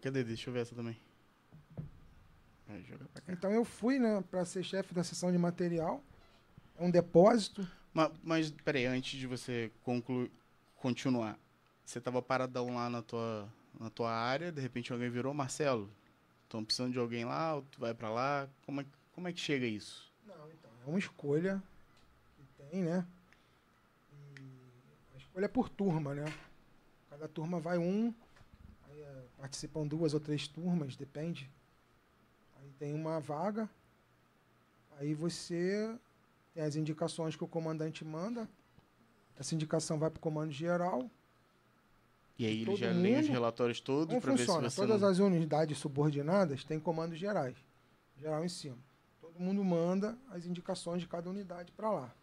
C: Cadê? Deixa eu ver essa também. Aí, joga pra cá.
B: Então eu fui, né, pra ser chefe da seção de material. É um depósito.
C: Ma- Mas, peraí, antes de você conclu... continuar, você tava paradão lá na tua, na tua área, de repente alguém virou, Marcelo, estão precisando de alguém lá, ou tu vai pra lá, como é, como é que chega isso?
B: Não, então, é uma escolha que tem, né? E a escolha é por turma, né? Cada turma vai um, aí eh, participam duas ou três turmas, depende. Aí tem uma vaga, aí você tem as indicações que o comandante manda, essa indicação vai para o comando geral.
C: E aí ele
B: Todo
C: já lê os
B: mundo?
C: relatórios todos
B: Como
C: pra ver se
B: funciona?
C: você
B: Todas
C: não...
B: as unidades subordinadas têm comandos gerais, geral em cima. Todo mundo manda as indicações de cada unidade para lá.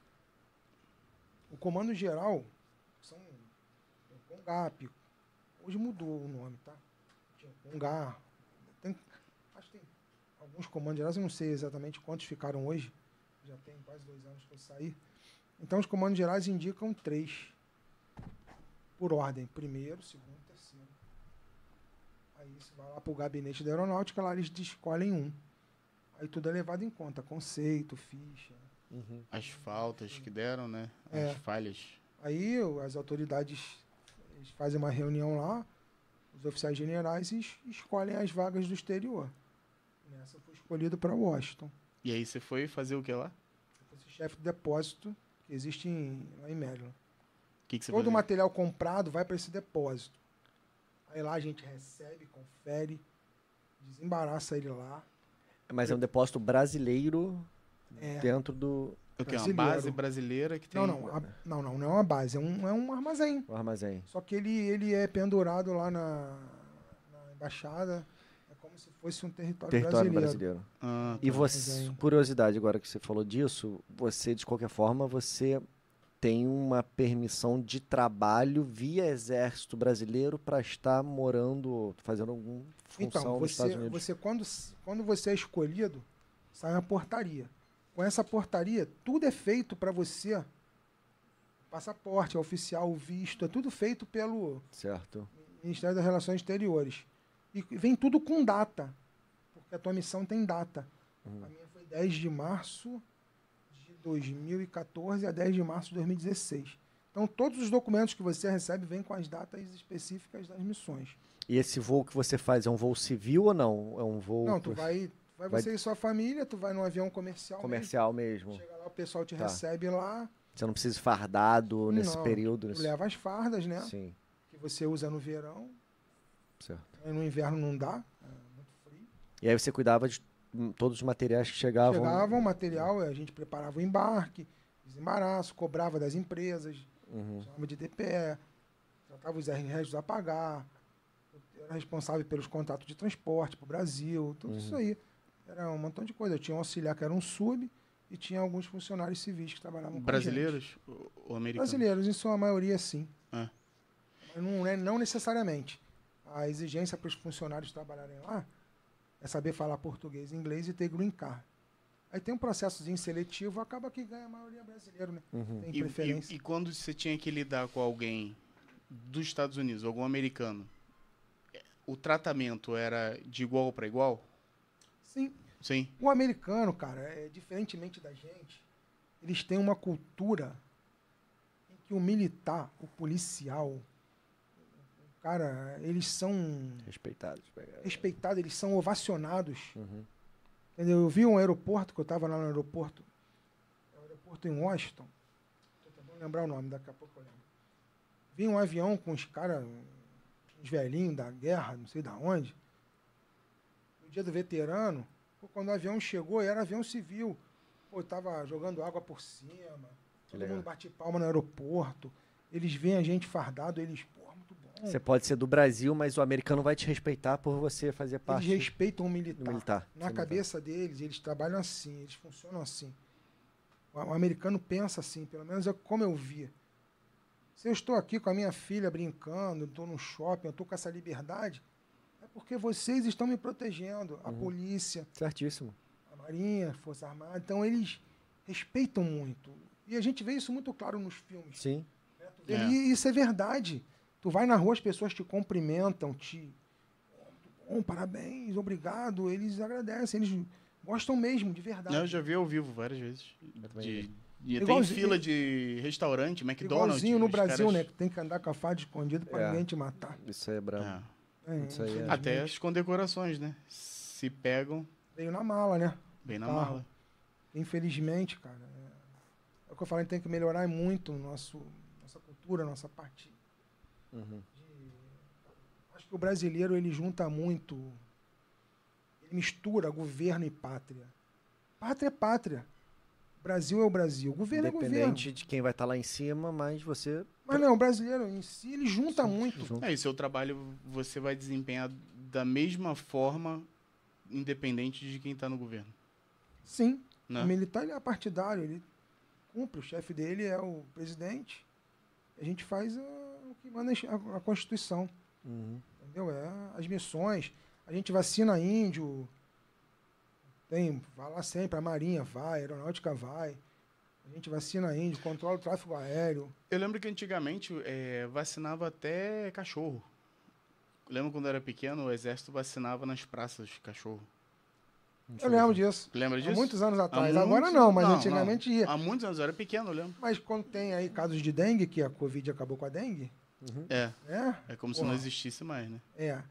B: O comando geral são o CONGAP. Hoje mudou o nome, tá? Tinha o CONGAR. Tem, acho que tem alguns comandos gerais, eu não sei exatamente quantos ficaram hoje. Já tem quase dois anos que eu saí. Então os comandos gerais indicam três. Por ordem. Primeiro, segundo, terceiro. Aí você vai lá pro gabinete da aeronáutica, lá eles escolhem um. Aí tudo é levado em conta, conceito, ficha. Uhum.
C: As faltas que deram, né? As
B: É.
C: falhas.
B: Aí o- as autoridades eles fazem uma reunião lá, os oficiais generais es- escolhem as vagas do exterior. Nessa eu fui escolhido para Washington.
C: E aí você foi fazer o que lá?
B: Eu fui chefe de depósito que existe em, lá em Maryland.
C: O que, que você
B: Todo o
C: fazia?
B: material comprado vai para esse depósito. Aí lá a gente recebe, confere, desembaraça ele lá.
A: Mas é um depósito brasileiro
B: É.
A: dentro do
C: O que? Uma
B: brasileiro.
C: base brasileira que tem...
B: Não, não, a- não, não, não é uma base, é um, é um armazém.
A: do armazém.
B: Só que ele, ele é pendurado lá na, na embaixada. É como se fosse um território,
A: Território
B: brasileiro.
A: brasileiro.
C: Ah,
A: E
B: Tá,
A: você,
B: mas aí-
A: curiosidade agora que você falou disso, você de qualquer forma, você tem uma permissão de trabalho via Exército Brasileiro para estar morando, ou fazendo alguma função
B: Então,
A: nos Estados
B: você,
A: Unidos.
B: você quando, s- quando você é escolhido, sai uma portaria. Com essa portaria, tudo é feito para você. O passaporte, é oficial, o visto, é tudo feito pelo,
A: Certo.
B: Ministério das Relações Exteriores. E vem tudo com data, porque a tua missão tem data.
A: Uhum.
B: A minha foi 10 de março de 2014 a 10 de março de 2016. Então, todos os documentos que você recebe vêm com as datas específicas das missões.
A: E esse voo que você faz é um voo civil ou não? É um voo
B: Não, tu
A: pro-
B: vai, vai
A: Vai-
B: você e sua família, tu vai num avião comercial.
A: comercial mesmo?
B: mesmo, Chega lá, o pessoal te
A: Tá.
B: recebe lá,
A: Você não precisa ir fardado nesse
B: Não,
A: período?
B: tu
A: Nesse...
B: leva as fardas, né?
A: Sim,
B: Que você usa no verão.
A: certo.
B: No inverno não dá, é muito frio.
A: E aí você cuidava de hum, todos os materiais que chegavam?
B: Chegava o material, a gente preparava o embarque, desembaraço, cobrava das empresas,
A: Uhum.
B: chamava de DPE, tratava os RRs a pagar, eu era responsável pelos contratos de transporte para o Brasil, tudo isso aí. Era um montão de coisa. Eu tinha um auxiliar que era um sub e tinha alguns funcionários civis que trabalhavam com gente.
C: Brasileiros ou- ou americanos?
B: Brasileiros, em sua maioria, sim.
C: Ah.
B: Mas não, é, não necessariamente. A exigência para os funcionários trabalharem lá é saber falar português e inglês e ter green card. Aí tem um processozinho seletivo, acaba que ganha a maioria brasileiro, né?
A: Uhum.
B: Tem
C: E,
B: preferência.
C: e- e quando você tinha que lidar com alguém dos Estados Unidos, algum americano, eh, o tratamento era de igual para igual?
B: Sim,
C: Sim.
B: o americano, cara, é, diferentemente da gente, eles têm uma cultura em que o militar, o policial, o cara, eles são
A: Respeitados.
B: respeitados, eles são ovacionados.
A: Uhum.
B: Entendeu? Eu vi um aeroporto, que eu estava lá no aeroporto, é o aeroporto em Washington, tô tentando lembrar o nome, daqui a pouco eu lembro. Vi um avião com os caras, uns velhinhos da guerra, não sei da onde, dia do veterano, pô, quando o avião chegou, era avião civil. Pô, tava jogando água por cima.
A: Que
B: Todo
A: legal.
B: mundo bate palma no aeroporto. Eles veem a gente fardado, eles, pô, muito bom.
A: Você pode ser do Brasil, mas o americano vai te respeitar por você fazer
B: Eles
A: parte
B: respeitam o
A: do
B: militar.
A: militar.
B: Na
A: Você
B: cabeça deles, eles trabalham assim, eles funcionam assim. O o americano pensa assim, pelo menos é como eu via. Se eu estou aqui com a minha filha brincando, eu estou no shopping, eu estou com essa liberdade, é porque vocês estão me protegendo. A
A: Uhum.
B: polícia,
A: militar. Certíssimo.
B: a marinha, a força armada. Então, eles respeitam muito. E a gente vê isso muito claro nos filmes.
A: Sim.
B: E
C: É.
B: isso é verdade. Tu vai na rua, as pessoas te cumprimentam, te. Bom, parabéns, obrigado. Eles agradecem, eles gostam mesmo, de verdade.
C: Eu já vi ao vivo várias vezes.
A: também
C: De, e tem
B: Igualzinho-
C: fila de restaurante, McDonald's.
B: Igualzinho no
C: os
B: Brasil,
C: caras-
B: né? Que tem que andar com a fada escondida pra
A: É.
B: ninguém te matar.
A: Isso aí é brabo.
C: É.
B: É,
A: Isso aí é.
B: infelizmente.
C: Até as condecorações, né? Se pegam
A: é.
B: Veio na mala, né?
C: bem na
B: Carro.
C: mala.
B: Infelizmente, cara. é- É, o que eu falei, tem que melhorar muito o nosso, nossa cultura, nossa parte.
A: Uhum.
B: Acho que o brasileiro ele junta muito, ele mistura governo e pátria. Pátria é pátria. Brasil é o Brasil. Governo é governo.
A: Independente de quem vai estar lá em cima, mas você
B: Mas não, o brasileiro em si ele junta muito.
A: junto.
C: É, e seu trabalho você vai desempenhar da mesma forma, independente de quem tá no governo.
B: Sim.
C: Né?
B: O militar ele é partidário, ele cumpre, o chefe dele é o presidente. A gente faz ah, o que manda a- a Constituição.
A: Uhum.
B: Entendeu? É as missões. A gente vacina índio. Tem, vai lá sempre, a Marinha vai, a Aeronáutica vai. A gente vacina índio, controla o tráfego aéreo.
C: Eu lembro que antigamente é, vacinava até cachorro. Lembro quando eu era pequeno, o exército vacinava nas praças cachorro.
B: Eu lembro disso.
C: Lembra disso?
B: Há muitos anos
C: Há
B: atrás.
C: muitos-
B: Agora não, mas antigamente ia.
C: Há muitos anos, eu era pequeno, eu lembro.
B: Mas quando tem aí casos de dengue, que a Covid acabou com a dengue,
C: É,
B: né?
C: é como se
B: Porra.
C: não existisse mais, né?
B: É.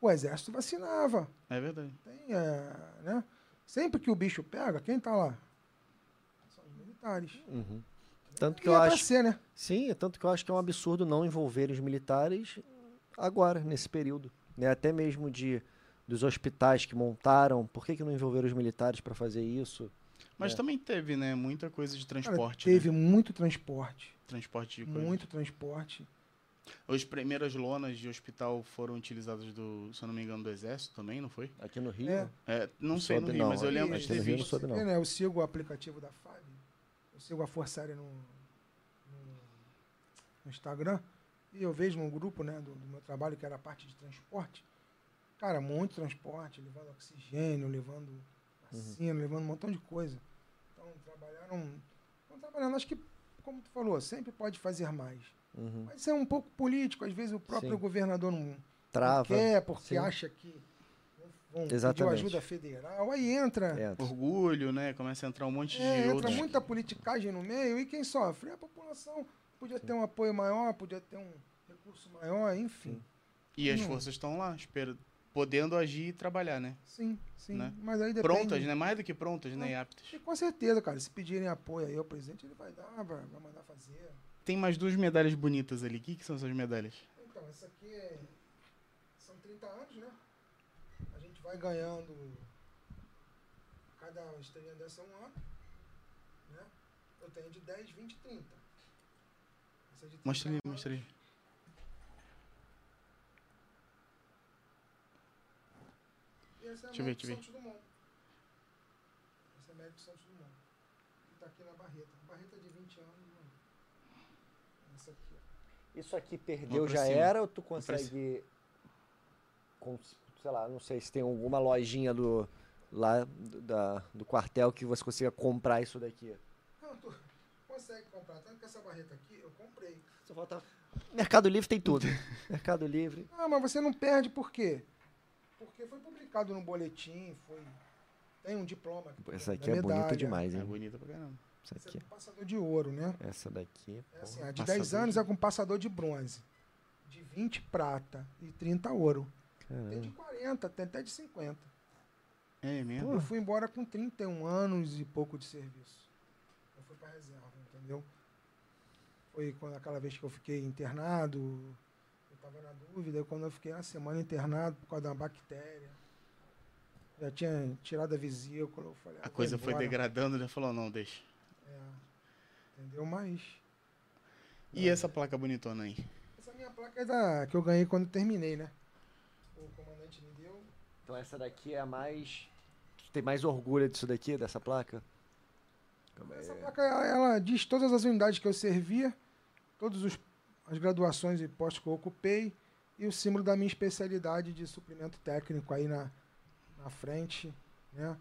B: O exército vacinava.
C: É verdade.
B: Tem, é, né? Sempre que o bicho pega, quem tá lá? São os militares.
A: Uhum. Tanto que
B: E
A: eu
B: é pra
A: acho.
B: ser, né?
A: Sim, é tanto que eu acho que é um absurdo não envolver os militares agora, nesse período. Né? Até mesmo de dos hospitais que montaram, por que, que não envolveram os militares para fazer isso?
C: Mas
A: É.
C: também teve, né? Muita coisa de
B: Cara,
C: transporte.
B: teve
C: né?
B: muito transporte.
C: Transporte de coisa.
B: muito transporte.
C: As primeiras lonas de hospital foram utilizadas do, se eu não me engano, do exército também, não foi?
A: Aqui no Rio,
B: É.
C: É, não
A: Não
C: sei no
A: soube,
C: Rio,
A: não.
C: mas eu
A: Aqui
C: lembro
A: no
C: de
A: Rio
C: ter
A: não
C: visto.
A: soube.
B: Você vê, né, eu sigo o aplicativo da FAB, eu sigo a Força Aérea no, no- no Instagram, e eu vejo um grupo né, do, do meu trabalho, que era a parte de transporte. Cara, muito transporte, levando oxigênio, levando
A: Uhum.
B: vacina, levando um montão de coisa. Então, trabalharam. Estão trabalhando, acho que, como tu falou, sempre pode fazer mais.
A: Uhum.
B: Mas é um pouco político, às vezes o próprio
A: Sim.
B: governador não.
A: trava.
B: Porque quer, porque
A: Sim.
B: acha que vão pediu
A: Exatamente.
B: ajuda federal, aí entra,
A: É.
C: Orgulho, né? Começa a entrar um monte
B: é,
C: de
B: entra
C: outros.
B: muita politicagem no meio e quem sofre é a população. Podia ter um apoio maior, podia ter um recurso maior, enfim.
C: E as
B: Não.
C: forças estão lá, espera- podendo agir e trabalhar, né?
B: Sim, sim.
C: Né?
B: Mas aí depende. É.
C: Prontas, né? Mais do que prontas, né? E aptas.
B: E com certeza, cara, se pedirem apoio aí ao presidente, ele vai dar, vai, vai mandar fazer.
C: Tem mais duas medalhas bonitas ali. O que, que são essas medalhas?
B: Então, essa aqui é... são 30 anos, né? A gente vai ganhando. Cada estrelinha dessa é um ano. Né? Eu tenho de 10, 20 e 30. Essa é de 30
C: Mostra ali,
B: anos.
C: mostra ali.
B: E essa é Deixa
C: Deixa eu ver,
B: Médico
C: deixa eu ver.
B: Santos Dumont. Essa é Médico Santos Dumont. Que tá aqui na barreta. A barreta é de 20 anos. mano. Essa aqui, ó.
A: Isso aqui perdeu
C: pra
A: já
C: cima.
A: era ou tu
C: pra cima.
A: consegue. com- sei lá, não sei se tem alguma lojinha do. Lá do, da- do quartel que você consiga comprar isso daqui.
B: Não, tu consegue comprar. Tanto que essa barreta aqui eu comprei.
A: Só falta. Mercado Livre tem tudo. Mercado Livre.
B: Ah, mas você não perde por quê? Porque foi publicado no boletim, foi. Tem um diploma.
A: Pô,
B: aqui,
A: Essa
B: da
A: aqui é bonita
B: medalha.
A: demais,
C: É
A: hein?
C: bonita pra caramba.
A: Essa
B: Você
A: aqui.
B: é passador de ouro, né?
A: Essa daqui.
B: É
A: porra.
B: assim, a de
C: passador
B: 10
C: de-
B: anos é com passador de bronze. De 20 prata e 30 ouro. Tem
A: Caramba.
B: de 40, tem até de 50.
C: É mesmo?
B: Eu fui embora com 31 anos e pouco de serviço. Eu fui pra reserva, entendeu? Foi quando aquela vez que eu fiquei internado, eu tava na dúvida, e quando eu fiquei uma semana internado por causa de uma bactéria. Já tinha tirado a vesícula. Eu falei, ah,
C: A
B: vou
C: coisa foi
B: embora. É,
C: degradando, ele falou, não, deixa.
B: Entendeu? Mas.
C: E essa placa bonitona aí?
B: Essa minha placa é da que eu ganhei quando terminei, né? O comandante me deu.
A: Então essa daqui é a mais. Tu tem mais orgulho disso daqui, dessa placa? Calma aí.
B: Essa placa, ela, ela diz todas as unidades que eu servia, todas os- as graduações e postos que eu ocupei, e o símbolo da minha especialidade de suprimento técnico aí na, na frente, né?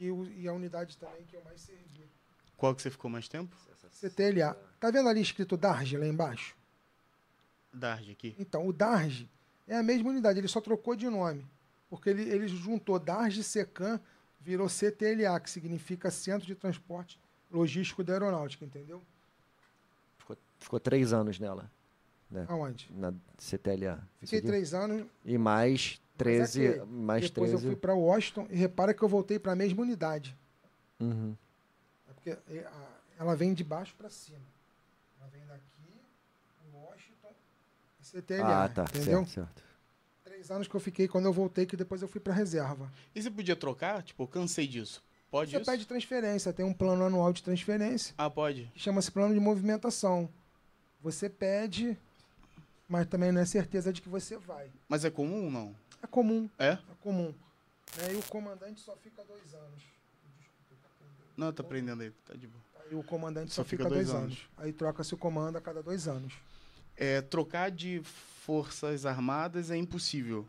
B: E, o- e a unidade também que eu mais servi.
C: Qual que você ficou mais tempo?
B: CTLA. Tá vendo ali escrito DARG lá embaixo?
C: Darge aqui.
B: Então, o DARG é a mesma unidade, ele só trocou de nome. Porque ele, ele juntou DARG e SECAM, virou CTLA, que significa Centro de Transporte Logístico da Aeronáutica, entendeu?
A: Ficou, ficou três anos nela,
B: Aonde?
A: na CTLA. Isso
B: Fiquei
A: aqui?
B: três anos,
A: E mais 13.
B: aqui,
A: mais
B: depois
A: 13.
B: eu fui para Washington e repara que eu voltei para a mesma unidade.
A: Uhum.
B: É porque é, a- ela vem de baixo para cima. Ela vem daqui, Washington e CTLA,
A: Ah, tá.
B: entendeu?
A: Certo, certo.
B: Três anos que eu fiquei quando eu voltei, que depois eu fui para reserva.
C: E você podia trocar? Tipo, eu cansei disso. Pode
B: Você
C: isso?
B: pede transferência, tem um plano anual de transferência.
C: Ah, pode.
B: que chama-se plano de movimentação. Você pede, mas também não é certeza de que você vai.
C: Mas é comum não?
B: É comum,
C: É?
B: é comum. né? E o comandante só fica dois anos.
C: Não, tá aprendendo aí, tá de boa.
B: E o comandante só, fica, dois, anos. Aí troca-se o comando a cada dois anos.
C: É, trocar de Forças Armadas é impossível.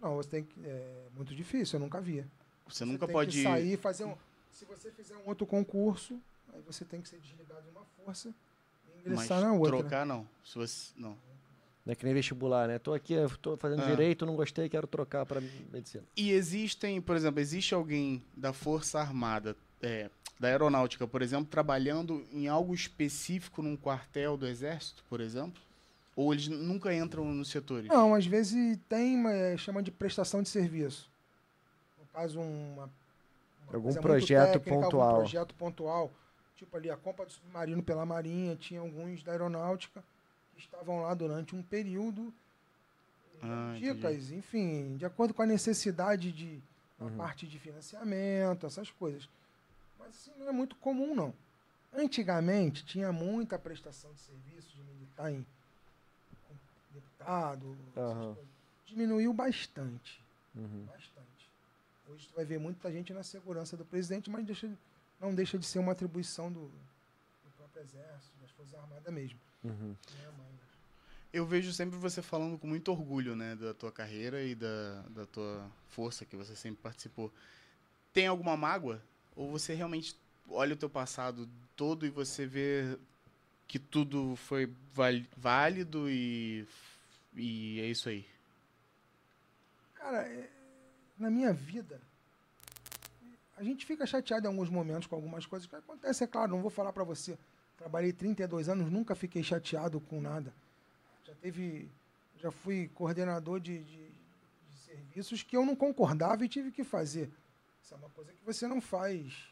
B: Não, você tem que. É muito difícil, eu nunca vi.
C: Você, nunca
B: tem
C: pode.
B: Que sair, fazer um, se você fizer um outro concurso, aí você tem que ser desligado de uma força e
C: mas
B: ingressar na outra. né?
C: trocar não. Se você. Não.
A: Não é que nem vestibular, né? Tô aqui, eu tô fazendo
C: Ah.
A: direito, não gostei, quero trocar pra medicina.
C: E existem, por exemplo, existe alguém da Força Armada, é, da Aeronáutica, por exemplo, trabalhando em algo específico num quartel do Exército, por exemplo? Ou eles nunca entram nos setores?
B: Não, às vezes tem, mas é, chama de prestação de serviço. No caso, uma. uma
A: Algum
B: coisa muito
A: projeto pontual.
B: Algum projeto pontual. Tipo ali, a compra do submarino pela Marinha, tinha alguns da aeronáutica que estavam lá durante um período.
C: Ah,
B: dicas,
C: entendi.
B: enfim, de acordo com a necessidade de na
A: Uhum.
B: parte de financiamento, essas coisas. Mas assim, não é muito comum, não. Antigamente tinha muita prestação de serviço de militar em com deputado, essas
A: Aham.
B: coisas. diminuiu bastante,
A: Uhum.
B: bastante. Hoje tu vai ver muita gente na segurança do presidente, mas deixa- não deixa de ser uma atribuição do, do próprio exército, das forças armadas mesmo.
A: Uhum.
B: né, mas-
C: Eu vejo sempre você falando com muito orgulho, né, da tua carreira e da, da tua força que você sempre participou. Tem alguma mágoa? Ou você realmente olha o teu passado todo e você vê que tudo foi val- válido e, e é isso aí?
B: Cara, é- na minha vida, a gente fica chateado em alguns momentos com algumas coisas que acontecem, é claro, não vou falar pra você. Trabalhei 32 anos, nunca fiquei chateado com nada. Já teve. Já fui coordenador de, de- de serviços que eu não concordava e tive que fazer. Isso é uma coisa que você não faz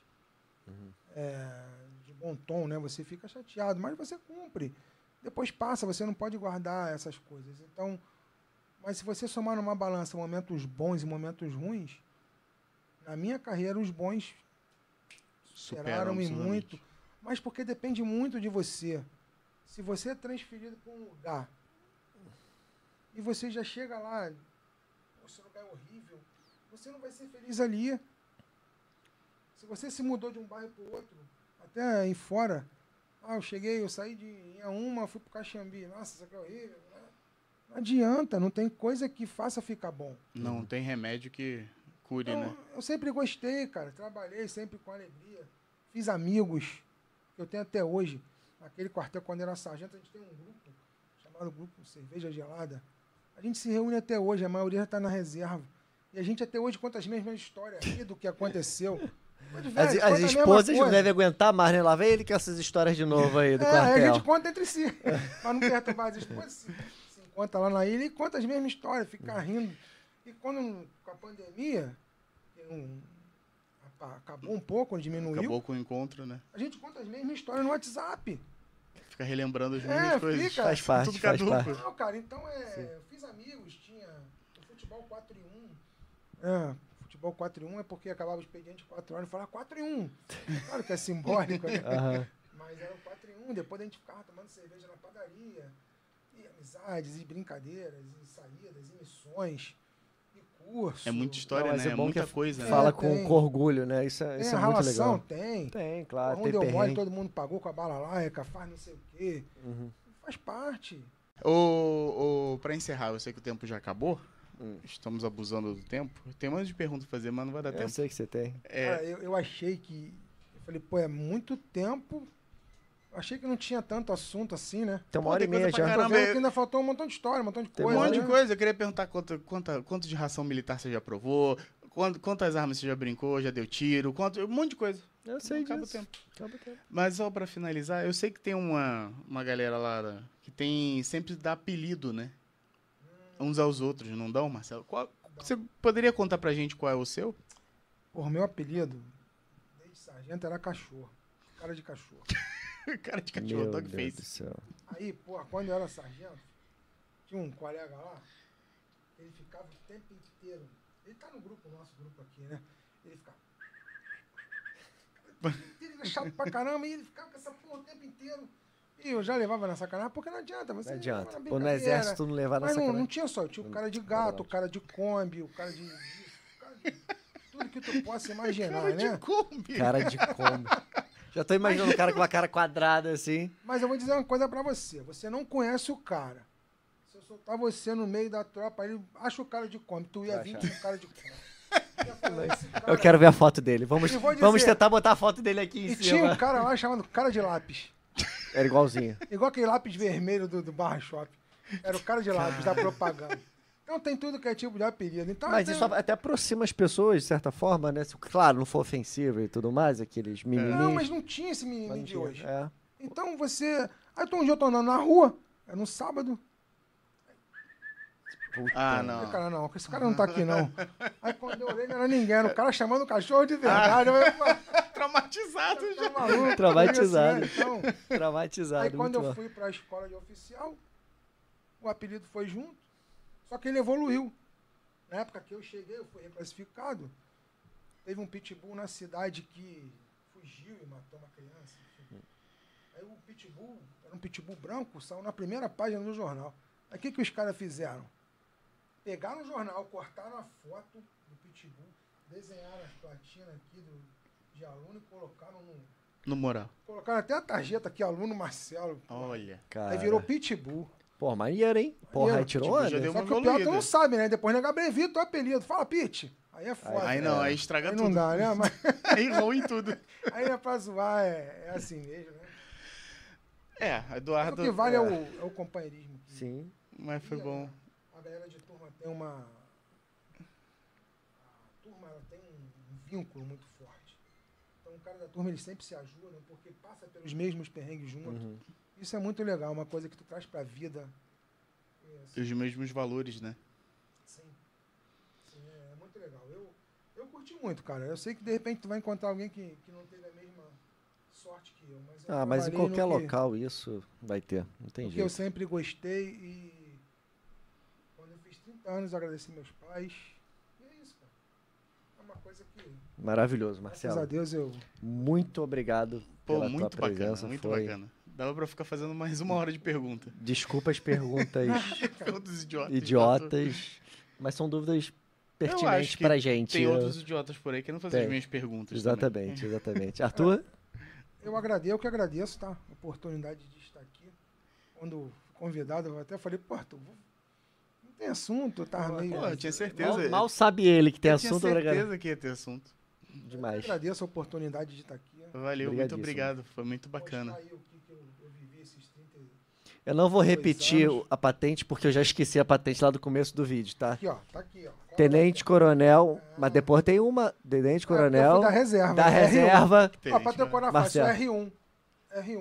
B: é, de bom tom, né? Você fica chateado, mas você cumpre. Depois passa, você não pode guardar essas coisas. Então, mas se você somar numa balança momentos bons e momentos ruins, na minha carreira os bons superaram e
C: absolutamente.
B: muito, mas porque depende muito de você. Se você é transferido para um lugar e você já chega lá, "Pô, esse lugar é horrível, você não vai ser feliz ali. Se você se mudou de um bairro para o outro, até aí fora, ah, eu cheguei, eu saí de Inhaúma, fui para Caxambi, nossa, isso aqui é horrível. né? Não adianta, não tem coisa que faça ficar bom.
C: Não tem remédio que cure,
B: Então,
C: né?
B: Eu sempre gostei, cara. Trabalhei sempre com alegria. Fiz amigos que eu tenho até hoje. Naquele quartel, quando era sargento, a gente tem um grupo chamado Grupo Cerveja Gelada. A gente se reúne até hoje, a maioria já está na reserva. E a gente até hoje conta as mesmas histórias aqui do que aconteceu. Mas, velho,
A: As,
B: conta a
A: as
B: mesma
A: esposas não
B: coisa.
A: devem aguentar mais, né? Lá vem ele com essas histórias de novo aí do
B: É, aí a
A: quartel.
B: gente conta entre si. pra não perturbar as esposas, se, se encontra lá na ilha e conta as mesmas histórias, fica rindo. E quando, com a pandemia, que não- apa- acabou um pouco, diminuiu,
C: Acabou com o encontro, né?
B: a gente conta as mesmas histórias no WhatsApp.
C: Fica relembrando as
B: É,
C: mesmas coisas.
B: fica.
A: Faz parte,
C: Tudo
A: faz
C: caduco.
A: parte.
B: Não, cara, então é. Eu fiz amigos, tinha o futebol 4 em 1, É, futebol 4 em 1 é porque acabava o expediente 4 horas e falava 4 em 1. Claro que é simbólico, né?
A: Aham.
B: Mas era o 4 em 1, depois a gente ficava tomando cerveja na padaria. E amizades, e brincadeiras, e saídas, e missões, e cursos.
C: É muita história,
A: Não, mas
C: né?
A: é
C: É
A: bom
C: muita
A: que
C: coisa, né?
A: Fala
B: É,
A: com,
B: tem.
A: com orgulho, né? Isso, é-
B: Tem
A: isso é muito
B: relação,
A: legal.
B: tem.
A: Tem, claro.
B: Onde
A: tem
B: eu moro,
A: perrengue.
B: todo mundo pagou com a bala laica, faz não sei o quê.
A: Uhum.
B: Faz parte.
C: Ô, ô, pra encerrar, eu sei que o tempo já acabou.
A: Hum.
C: Estamos abusando do tempo. Tem um monte de pergunta pra fazer, mas não vai dar
A: Eu
C: tempo.
A: sei que você tem.
C: É,
B: Cara, eu, eu achei que. Eu falei, pô, é muito tempo. Achei que não tinha tanto assunto assim, né?
A: Tem uma
C: Pô,
A: hora e
C: tem coisa
A: meia
C: pra
A: já.
B: Tô
C: Caramba,
B: vendo
C: eu-
B: que ainda faltou um montão de história, um montão de
A: Tem
C: um
B: coisa.
C: monte de
B: né?
C: coisa. Eu queria perguntar quanto, quanta- quanto de ração militar você já provou, quant- quantas armas você já brincou, já deu tiro, quanto, um monte de coisa.
A: Eu sei
C: Acaba o
A: disso.
C: tempo.
A: Acaba o tempo.
C: Mas só pra finalizar, eu sei que tem uma, uma galera lá da- que tem sempre dá apelido, né? Uns aos outros, não dão, Marcelo? Qual- você poderia contar pra gente qual é o seu?
B: Porra, meu apelido, desde sargento, era cachorro. Cara de cachorro.
C: Cara de cachorro,
A: Meu
C: dog
A: Deus do
C: face.
A: céu.
B: Aí, porra, quando eu era sargento, tinha um colega lá, ele ficava o tempo inteiro. Ele tá no grupo, nosso grupo aqui, né? Ele ficava. Ele era chato pra caramba e ele ficava com essa porra o tempo inteiro. E eu já levava na sacanagem, porque não adianta, você
A: Não
B: leva
A: adianta.
B: na
A: Pô, no
B: brincadeira.
A: exército tá tu não levar
B: Mas
A: nessa
B: não,
A: cara.
B: não tinha só, tinha o cara de gato, o cara de Kombi, o cara de. o cara de- tudo que tu possa imaginar,
C: Cara
B: né?
C: de Kombi.
A: Cara de Kombi. Já tô imaginando o cara com uma cara quadrada assim.
B: Mas eu vou dizer uma coisa pra você. Você não conhece o cara. Se eu soltar você no meio da tropa, ele acha o cara de come. Tu ia
A: Vai
B: vir com
A: achar.
B: o cara de come. Eu ia falar, "Esse cara-"
A: Eu quero ver a foto dele. Vamos,
B: Eu vou dizer-
A: vamos tentar botar a foto dele aqui em
B: E tinha
A: cima.
B: um cara lá chamado cara de lápis.
A: Era igualzinho.
B: Igual aquele lápis vermelho do, do Barra Shop. Era o cara de lápis da propaganda. Então tem tudo que é tipo de apelido. Então,
A: Mas
B: tem-
A: isso até aproxima as pessoas, de certa forma, né? Se, claro, não for ofensivo e tudo mais, aqueles mimimi.
B: É. Não, mas não tinha esse menino de
A: tinha.
B: hoje.
A: É.
B: Então você... Aí tu um dia eu tô andando na rua, era num sábado.
A: Puta.
C: Ah,
B: Aí o
C: não.
B: cara, não, esse cara não tá aqui, não. Aí quando eu olhei, não era ninguém. Era o cara chamando o cachorro de
A: Ah.
B: verdade. Eu falei, "Pô,
C: Traumatizado já.
B: Tá maluco,
A: Traumatizado.
B: isso, né? Então,
A: Traumatizado.
B: aí
A: muito
B: quando eu
A: bom.
B: fui pra escola de oficial, o apelido foi junto, só que ele evoluiu. Na época que eu cheguei, eu fui reclassificado. Teve um pitbull na cidade que fugiu e matou uma criança. enfim. Aí o pitbull, era um pitbull branco, saiu na primeira página do jornal. Aí o que, que os caras fizeram? Pegaram o jornal, cortaram a foto do pitbull, desenharam as platinas aqui do, de aluno e colocaram num,
C: No moral.
B: Colocaram até a tarjeta aqui, aluno Marcelo.
C: Olha.
A: Cara.
B: Aí virou Pitbull.
A: Pô, né? maneiro, hein? Porra, aí
B: Maneiro.
A: tirou
C: Tipo, já
A: onda.
C: deu
B: Só
C: uma
B: que o pior tu não
C: evoluída.
B: sabe, né? Depois nega abreviado o apelido. Fala, Pit. Aí é foda.
C: Aí não, aí estraga
B: Aí
C: tudo.
B: não dá, né? Mas,
C: Aí ruim tudo.
B: aí é pra zoar, é, é assim mesmo, né?
C: É,
B: Mas O
C: Eduardo.
B: que vale é o, é o companheirismo. que
A: Sim.
C: Mas foi
B: cria,
C: bom.
B: né? A galera de turma tem uma... A turma, ela tem um vínculo muito forte. Então, o cara da turma, eles sempre se ajudam, porque passa pelos mesmos perrengues junto.
A: Uhum.
B: Isso é muito legal, uma coisa que tu traz pra vida. É, assim,
C: Os mesmos valores, né?
B: Sim. Sim, é, é muito legal. Eu, eu curti muito, cara. Eu sei que de repente tu vai encontrar alguém que, que não teve a mesma sorte que eu.
C: Tipo,
B: Mas eu
A: Ah, mas em
B: trabalhei no
A: qualquer
B: que-
A: local isso vai ter. Não tem
B: no que eu
A: jeito.
B: sempre gostei e quando eu fiz 30 anos eu agradeci meus pais. E é isso, cara. É uma coisa que,
A: Maravilhoso,
B: graças a
A: Marcelo.
B: Deus, eu.
A: Muito obrigado
C: Pô,
A: pela
C: muito
A: tua
C: bacana,
A: presença.
C: muito
A: Foi...
C: bacana. Dava pra ficar fazendo mais uma hora de pergunta.
A: Desculpa as perguntas
C: Perguntas idiotas.
A: idiotas, mas são dúvidas pertinentes
C: que
A: pra gente.
C: Tem
A: Eu-
C: outros idiotas por aí que não fazem
A: Tem.
C: as minhas perguntas. também.
A: Exatamente, exatamente. Arthur?
B: Eu agradeço, eu que agradeço, tá? A oportunidade de estar aqui. Quando convidado, eu até falei, pô, Arthur, vou- não tem assunto, tá meio.
C: Pô, eu tinha É, certeza.
A: Mal, mal sabe ele que tem
C: eu
A: assunto,
C: tinha
A: né, cara?
C: certeza que ia ter assunto.
A: Demais.
B: Agradeço a oportunidade de estar aqui.
C: Valeu, muito
A: Obrigadíssimo.
C: obrigado. Foi muito bacana.
B: Mostrar tá aí o que, que eu, eu vivi esses 30 e-
A: Eu não vou
B: Dois
A: repetir
B: anos.
A: a patente porque eu já esqueci a patente lá do começo do vídeo, tá?
B: Aqui, ó. Tá aqui, ó. Qual
A: Tenente Coronel, mas depois tem uma, Tenente
B: é? Ah, porque eu
A: Coronel
B: fui Da reserva.
A: da
B: né?
A: reserva
B: R1. Ah, pra decorar fácil,
A: Marcelo.
B: R1. R1.
A: R1
B: né?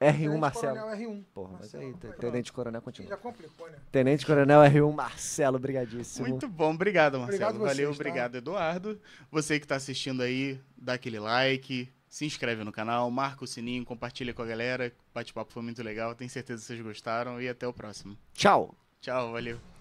B: Tenente
A: Marcelo.
B: Coronel R1.
A: Porra, mas
B: é Marcelo,
A: aí,
B: não foi?
A: Tenente Coronel
B: Ih,
A: continua.
B: Já complicou, né?
A: Tenente Coronel R1 Marcelo, brigadíssimo.
C: Muito bom, obrigado, Marcelo.
B: Obrigado vocês,
C: Valeu,
B: tá?
C: obrigado, Eduardo. Você que tá assistindo aí, dá aquele like, se inscreve no canal, marca o sininho, compartilha com a galera. O bate-papo foi muito legal, tenho certeza que vocês gostaram e até o próximo.
A: Tchau.
C: Tchau, valeu.